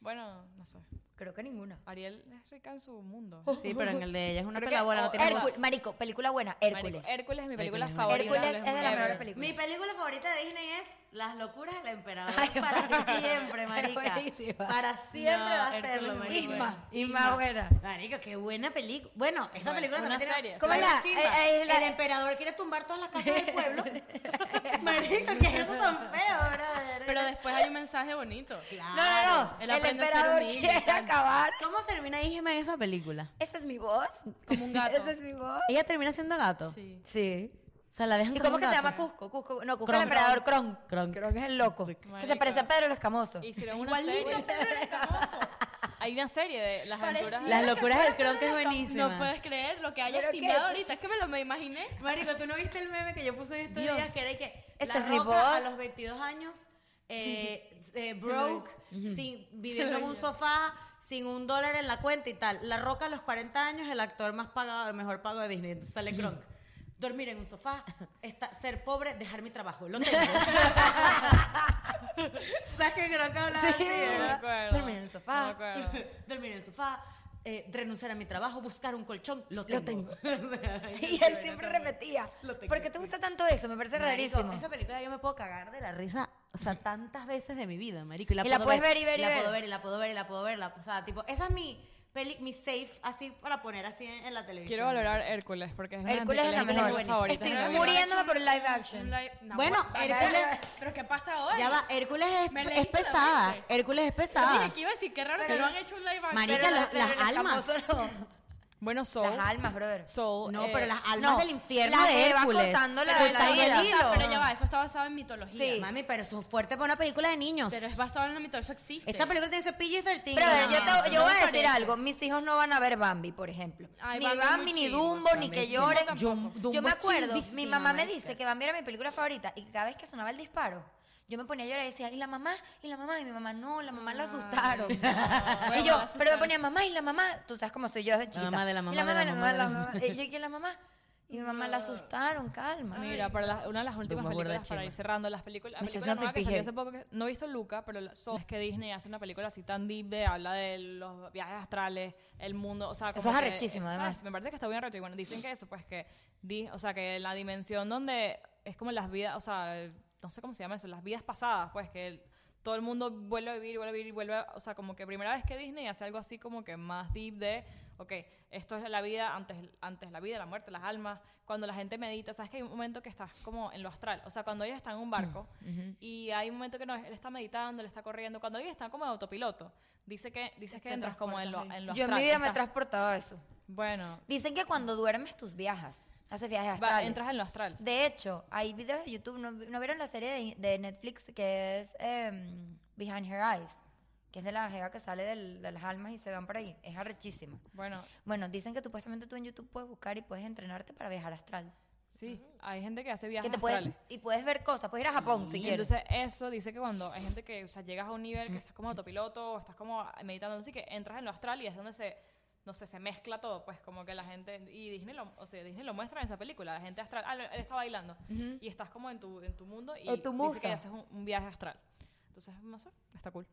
Speaker 3: Bueno, no sé.
Speaker 4: Creo que ninguna.
Speaker 3: Ariel es rica en su mundo.
Speaker 1: Sí, pero en el de ella es una
Speaker 3: Creo que-
Speaker 1: pelabola, no
Speaker 3: o-
Speaker 1: tiene voz.
Speaker 4: Hércules, marico, película buena, Hércules.
Speaker 3: Marico, Hércules es mi película
Speaker 1: Hércules es
Speaker 3: favorita.
Speaker 4: Hércules es de las
Speaker 3: Ever.
Speaker 4: mejores películas.
Speaker 1: Mi película favorita de Disney es Las locuras del emperador.
Speaker 4: Ay,
Speaker 1: para
Speaker 4: buenísima.
Speaker 1: siempre, marica.
Speaker 4: Buenísima.
Speaker 1: Para siempre
Speaker 2: No,
Speaker 1: va a
Speaker 2: Hércules
Speaker 1: serlo,
Speaker 2: es muy
Speaker 1: marica.
Speaker 4: Isma, Isma buena.
Speaker 1: Marica, qué buena película. Bueno, esa
Speaker 3: buena.
Speaker 1: película
Speaker 3: Una
Speaker 1: también tiene-
Speaker 3: serie,
Speaker 1: ¿Cómo
Speaker 4: sí.
Speaker 1: es la,
Speaker 4: Chimba.
Speaker 1: eh, eh,
Speaker 4: Es
Speaker 1: la- El
Speaker 4: la-
Speaker 1: emperador quiere tumbar todas las casas del pueblo. Marica, ¿qué es eso tan feo, brother?
Speaker 2: Pero después hay un mensaje bonito.
Speaker 1: Claro.
Speaker 4: No, no, no.
Speaker 2: Él
Speaker 4: El,
Speaker 2: aprende a ser
Speaker 4: emperador
Speaker 2: humilde y
Speaker 4: quiere
Speaker 2: tal.
Speaker 4: acabar.
Speaker 1: ¿Cómo termina Isma en esa película?
Speaker 4: ¿Esa es mi voz?
Speaker 2: Como un gato.
Speaker 4: ¿Esa es mi voz?
Speaker 1: Ella termina siendo gato.
Speaker 2: Sí.
Speaker 4: Sí.
Speaker 1: O sea, la dejan
Speaker 4: ¿Y
Speaker 1: como
Speaker 4: cómo
Speaker 1: un
Speaker 4: que se
Speaker 1: gato.
Speaker 4: llama Cusco? Cusco no, Cusco
Speaker 1: Kron.
Speaker 4: el emperador Kron.
Speaker 1: Kron.
Speaker 4: Kron. es el loco. Que
Speaker 3: Marico.
Speaker 4: se parece a Pedro el Escamoso.
Speaker 3: Hicieron una
Speaker 2: Igualito,
Speaker 3: serie.
Speaker 2: Pedro el Escamoso.
Speaker 3: Hay una serie de las
Speaker 2: Parecía
Speaker 3: aventuras de...
Speaker 1: Las
Speaker 2: que
Speaker 1: locuras
Speaker 2: fuera
Speaker 1: del Kron,
Speaker 2: Pedro
Speaker 1: que es
Speaker 2: el Escamoso.
Speaker 1: buenísima.
Speaker 2: No puedes creer lo que haya
Speaker 4: Pero
Speaker 2: estimado
Speaker 4: qué-
Speaker 2: ahorita. Es que me lo me imaginé.
Speaker 1: Marico, ¿tú no viste el meme que yo puse en estos
Speaker 2: Dios.
Speaker 1: días? Que era que
Speaker 4: Esta
Speaker 1: la
Speaker 4: es mi
Speaker 1: Roca
Speaker 4: voz.
Speaker 1: a los 22 años, eh, eh, broke, sin, viviendo en un sofá, sin un dólar en la cuenta y tal. La Roca a los 40 años, el actor más pagado, el mejor pago de Disney. Entonces sale Kronk. Dormir en un sofá, esta- ser pobre, dejar mi trabajo. Lo tengo. ¿Sabes que Kronk hablaba así,
Speaker 3: No me
Speaker 1: verdad?
Speaker 3: acuerdo.
Speaker 4: Dormir en el sofá.
Speaker 3: No me acuerdo.
Speaker 1: Dormir en el sofá, eh, renunciar a mi trabajo, buscar un colchón. Lo
Speaker 4: Lo
Speaker 1: tengo.
Speaker 4: Y él siempre repetía.
Speaker 1: Lo tengo.
Speaker 4: ¿Por qué te gusta tanto eso? Me parece
Speaker 1: Marico,
Speaker 4: rarísimo.
Speaker 1: Esa película yo me puedo cagar de la risa, o sea, tantas veces de mi vida, marico. Y la,
Speaker 4: Y la
Speaker 1: puedo
Speaker 4: puedes ver y ver y
Speaker 1: la
Speaker 4: ver.
Speaker 1: puedo ver y la puedo ver y la puedo ver. la- o sea, tipo, esa es mi peli, mi safe así para poner así en, en la televisión.
Speaker 3: Quiero valorar Hércules porque es una de mis
Speaker 4: Hércules es la
Speaker 3: películas
Speaker 4: mejor.
Speaker 3: favoritas.
Speaker 4: Estoy
Speaker 3: de la vida.
Speaker 4: muriendo. Muriéndome
Speaker 2: Hecho
Speaker 4: por el live
Speaker 2: un-
Speaker 4: action.
Speaker 2: un live- no,
Speaker 1: Bueno, Hércules-
Speaker 2: Pero ¿qué pasa hoy?
Speaker 1: Ya va, Hércules es,
Speaker 2: Me
Speaker 1: es
Speaker 2: leíste la
Speaker 1: pesada.
Speaker 2: mente.
Speaker 1: Hércules es
Speaker 2: Mira,
Speaker 1: pesada.
Speaker 2: que iba a decir, qué raro que no han hecho un live action.
Speaker 1: Marica,
Speaker 4: Pero
Speaker 1: lo-
Speaker 4: la- pero
Speaker 1: las
Speaker 4: el
Speaker 1: almas.
Speaker 4: Escamoso no.
Speaker 3: Bueno, Soul.
Speaker 4: Las almas, brother.
Speaker 3: Soul,
Speaker 1: No,
Speaker 3: eh,
Speaker 1: pero las almas
Speaker 4: no,
Speaker 1: del infierno
Speaker 4: la
Speaker 1: de
Speaker 4: jeva
Speaker 1: Hércules.
Speaker 4: cortando la-
Speaker 1: Cortando
Speaker 4: la vida.
Speaker 1: el hilo.
Speaker 2: Pero ya va, eso está basado en mitología.
Speaker 4: Sí.
Speaker 1: Mami, pero eso es fuerte para una película de niños.
Speaker 2: Pero este es basado en la mitología, eso existe.
Speaker 1: Esa película tiene ese PG-13.
Speaker 4: Brother, yo,
Speaker 2: no,
Speaker 4: te-
Speaker 2: no me
Speaker 4: yo voy a decir
Speaker 2: parece.
Speaker 4: algo. Mis hijos no van a ver Bambi, por ejemplo.
Speaker 2: Ay,
Speaker 4: ni
Speaker 2: Bambi
Speaker 4: Bambi,
Speaker 2: es muy
Speaker 4: ni
Speaker 2: chimbo,
Speaker 4: Dumbo, ni
Speaker 2: Bambi
Speaker 4: que
Speaker 2: es chimbo
Speaker 4: lloren.
Speaker 2: tampoco.
Speaker 4: Yo me acuerdo, mi mamá me dice
Speaker 1: que
Speaker 4: que Bambi era mi película favorita y que cada vez que sonaba el disparo, yo me ponía a llorar y decía, ¿y la mamá? ¿Y la mamá? Y mi mamá, no, la mamá la asustaron. y
Speaker 2: bueno, la
Speaker 4: yo, pero me
Speaker 2: asustaron.
Speaker 4: ponía mamá y la mamá. Tú sabes cómo soy yo de chiquita.
Speaker 1: mamá de la
Speaker 4: "Y
Speaker 1: mamá de la mamá de la mamá".
Speaker 4: Y yo, ¿y quién es la mamá? Y mi mamá la asustaron, calma.
Speaker 3: Mira, para las- una de las últimas
Speaker 1: me acuerdo de
Speaker 3: películas para
Speaker 1: Chima.
Speaker 3: ir cerrando, las películas, la
Speaker 4: Me estoy
Speaker 3: película
Speaker 4: haciendo
Speaker 3: nueva que
Speaker 4: pipí
Speaker 3: salió
Speaker 4: heavy.
Speaker 3: hace poco, que no he visto Luca, pero la- so- es que Disney hace una película así tan deep, de, habla de los viajes astrales, el mundo, o sea,
Speaker 4: Eso
Speaker 3: como
Speaker 4: es
Speaker 3: que-
Speaker 4: arrechísimo,
Speaker 3: está-
Speaker 4: además.
Speaker 3: Me parece que está bien arrecho, y bueno, dicen que eso, pues que, di, o sea, que la dimensión donde es como las vidas, o sea, el- no sé cómo se llama eso, las vidas pasadas, pues que el- todo el mundo vuelve a vivir, vuelve a vivir, vuelve, a- o sea, como que primera vez que Disney hace algo así como que más deep de, ok, esto es la vida antes, antes la vida, la muerte, las almas, cuando la gente medita, sabes que hay un momento que estás como en lo astral, o sea, cuando ellos están en un barco y hay un momento que no, él está meditando, él está corriendo, cuando ellos están como en autopiloto, dice que, dices que entras como en lo, en lo
Speaker 4: yo en
Speaker 3: astral,
Speaker 4: mi vida me he
Speaker 3: estás-
Speaker 4: transportado a eso.
Speaker 3: Bueno,
Speaker 4: Dicen que cuando duermes tus viajas, haces viajes
Speaker 3: Va,
Speaker 4: astrales.
Speaker 3: entras en lo astral.
Speaker 4: De hecho, hay videos de YouTube, ¿no, no vieron la serie de, de Netflix que es em, Behind Her Eyes? Que es de la jeva que sale del- de las almas y se van por ahí. Es arrechísima.
Speaker 3: Bueno,
Speaker 4: Bueno, dicen que supuestamente tú en YouTube puedes buscar y puedes entrenarte para viajar astral.
Speaker 3: sí, hay gente que hace
Speaker 4: Que
Speaker 3: viajes
Speaker 4: te puedes,
Speaker 3: astrales.
Speaker 4: y puedes ver cosas, puedes ir a Japón si
Speaker 3: Y
Speaker 4: quieres.
Speaker 3: entonces eso dice que cuando hay gente que, o sea, llegas a un nivel que estás como autopiloto o estás como meditando, así que entras en lo astral y es donde se, no sé, se mezcla todo, pues como que la gente, y Disney lo, o sea, Disney lo muestra en esa película, la gente astral, ah, lo- él está bailando y estás como en tu, en tu mundo y
Speaker 1: En tu
Speaker 3: dice que
Speaker 1: musa.
Speaker 3: haces un, un viaje astral. Entonces, no sé, está cool.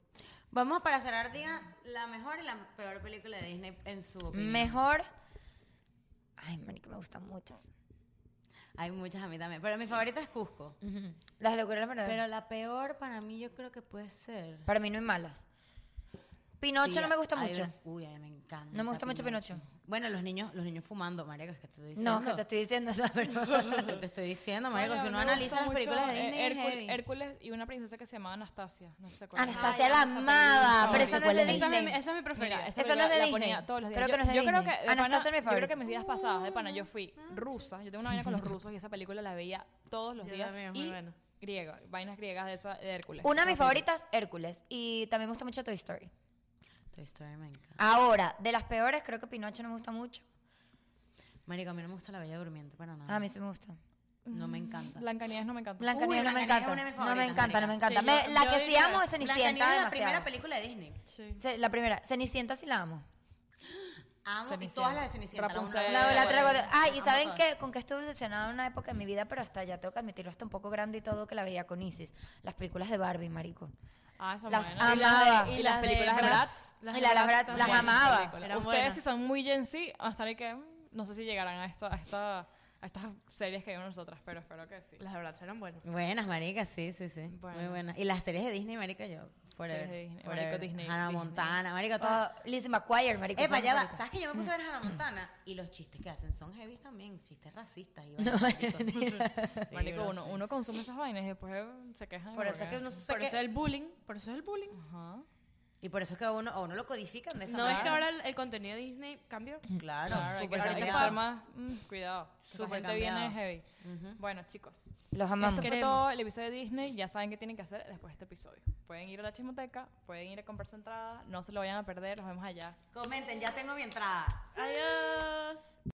Speaker 1: Vamos para cerrar, diga la mejor y la peor película de Disney en su opinión.
Speaker 4: Mejor. Ay, marico, me gustan muchas.
Speaker 1: Hay muchas a mí también, pero mi favorita es Cusco.
Speaker 4: Las locuras verdaderas.
Speaker 1: Pero la peor para mí yo creo que puede ser...
Speaker 4: Para mí no hay malas. Pinocho
Speaker 1: Sí,
Speaker 4: no me gusta
Speaker 1: hay
Speaker 4: mucho.
Speaker 1: una- uy, a mí me encanta.
Speaker 4: No me gusta mucho Pinocho.
Speaker 1: Bueno, los niños, los niños fumando, marico, es que te estoy diciendo.
Speaker 4: No, que te estoy diciendo esa
Speaker 1: Yo te estoy diciendo, marico,
Speaker 3: Bueno,
Speaker 1: si uno
Speaker 3: me gusta
Speaker 1: analiza las
Speaker 3: mucho,
Speaker 1: películas de
Speaker 3: eh,
Speaker 1: Disney es
Speaker 3: Hércules,
Speaker 1: heavy.
Speaker 3: Hércules y una princesa que se llamaba Anastasia, no sé cuál. es.
Speaker 4: Ah, Anastasia
Speaker 2: Ay,
Speaker 4: la
Speaker 2: amo esa película.
Speaker 4: amaba, pero eso no es de
Speaker 2: Esa, es mi-
Speaker 4: Disney.
Speaker 2: esa es mi preferida.
Speaker 3: Mira,
Speaker 4: Esa no es
Speaker 3: película
Speaker 4: de
Speaker 3: la
Speaker 4: Disney.
Speaker 3: ponía todos los días.
Speaker 4: Creo que
Speaker 3: yo,
Speaker 4: no es de
Speaker 3: yo creo que
Speaker 4: Disney.
Speaker 3: de
Speaker 4: Anastasia
Speaker 3: pana- yo
Speaker 4: es mi
Speaker 3: creo
Speaker 4: favorita. Mm.
Speaker 3: que mis vidas pasadas de pana yo fui rusa. Yo tengo una vaina con los rusos y esa película la veía todos los
Speaker 2: Yo
Speaker 3: días
Speaker 2: también, es muy
Speaker 3: y
Speaker 2: buena.
Speaker 3: griega, vainas griegas de esa de Hércules.
Speaker 4: Una de mis
Speaker 3: Esa película.
Speaker 4: favoritas, Hércules. Y también me gusta mucho Toy Story.
Speaker 1: Toy Story me encanta.
Speaker 4: Ahora, de las peores, creo que Pinocho no me gusta mucho. Ah,
Speaker 1: Marico, a mí no me gusta La Bella Durmiente para nada.
Speaker 4: A mí sí me gusta.
Speaker 1: No me encanta.
Speaker 3: Blancanieves no me encanta.
Speaker 4: Blancanieves no
Speaker 1: Blancanieves es
Speaker 4: me encanta.
Speaker 1: una de mis
Speaker 4: No me
Speaker 1: favoritas,
Speaker 4: encanta, no me
Speaker 1: marica.
Speaker 4: encanta.
Speaker 2: Sí, yo-
Speaker 4: Me- la
Speaker 2: yo
Speaker 4: que sí
Speaker 2: diría-
Speaker 4: amo es
Speaker 1: Blancanieves
Speaker 4: Cenicienta.
Speaker 1: es la
Speaker 4: demasiado.
Speaker 1: primera película de Disney.
Speaker 2: Sí.
Speaker 4: Se- La primera. Cenicienta sí la amo.
Speaker 1: Amo y
Speaker 3: Cenicienta.
Speaker 1: todas las de Cenicienta. la uno,
Speaker 3: Rapunzel.
Speaker 1: dos,
Speaker 4: La, la
Speaker 1: tres,
Speaker 4: traigo.
Speaker 1: cuatro.
Speaker 4: Ay, ¿y
Speaker 1: Amo
Speaker 4: saben
Speaker 1: todas.
Speaker 4: qué? Con que estuve obsesionada en una época de mi vida, pero hasta ya tengo que admitirlo, hasta un poco grande y todo, que la veía con Isis. Las películas de Barbie, marico.
Speaker 3: Ah, esa
Speaker 4: Las
Speaker 3: buena.
Speaker 4: am- amaba.
Speaker 3: Y las películas de Bratz.
Speaker 4: Y la- las Bratz las
Speaker 2: también.
Speaker 4: amaba.
Speaker 3: Película.
Speaker 2: Eran
Speaker 3: Ustedes
Speaker 2: buenas.
Speaker 3: si son muy Gen Z, hasta ahí que mm, no sé si llegarán a esta, a esta a estas series que vimos nosotras, pero espero que sí.
Speaker 2: Las de Bratz eran buenas.
Speaker 1: Buenas, marica, sí, sí, sí. Muy
Speaker 3: Bueno.
Speaker 1: buenas. Y las series de Disney, marica, yo. Forever.
Speaker 3: Series de Disney,
Speaker 1: forever.
Speaker 3: marico, Disney, Oh,
Speaker 1: Hannah
Speaker 3: Disney.
Speaker 1: Montana, marica, todo.
Speaker 4: Ah, Lizzie McGuire, marico.
Speaker 1: Epa,
Speaker 4: son
Speaker 1: ya va.
Speaker 4: favoritas.
Speaker 1: ¿Sabes que yo me puse a ver
Speaker 3: Mm.
Speaker 1: Hannah Montana? Y los chistes que hacen son heavy también. Chistes racistas. Y
Speaker 4: No,
Speaker 1: marico. Sí,
Speaker 3: Marico,
Speaker 1: bro,
Speaker 3: uno,
Speaker 1: sí.
Speaker 3: uno consume esas vainas y después eh, se quejan.
Speaker 1: Por eso es
Speaker 3: porque-
Speaker 1: que uno se
Speaker 2: Por
Speaker 1: que-
Speaker 2: eso es el bullying. Por eso es el bullying.
Speaker 3: Ajá.
Speaker 1: Y por eso es que a uno, a uno lo codifican de esa
Speaker 2: No, es
Speaker 1: manera.
Speaker 2: que ahora el, el contenido de Disney cambió.
Speaker 1: Claro,
Speaker 3: Claro, hay que,
Speaker 1: súper
Speaker 3: hay que
Speaker 2: ahorita
Speaker 1: variado.
Speaker 3: estar más mm, cuidado. Su
Speaker 1: Súper
Speaker 3: gente viene
Speaker 1: cambiado.
Speaker 3: heavy. Bueno, chicos,
Speaker 4: Los amamos.
Speaker 3: esto fue
Speaker 2: Queremos.
Speaker 3: todo el episodio de Disney. Ya saben qué tienen que hacer después de este episodio. Pueden ir a la chismoteca, pueden ir a comprar su entrada. No se lo vayan a perder. Nos vemos allá.
Speaker 1: Comenten, ya tengo mi entrada.
Speaker 2: Adiós.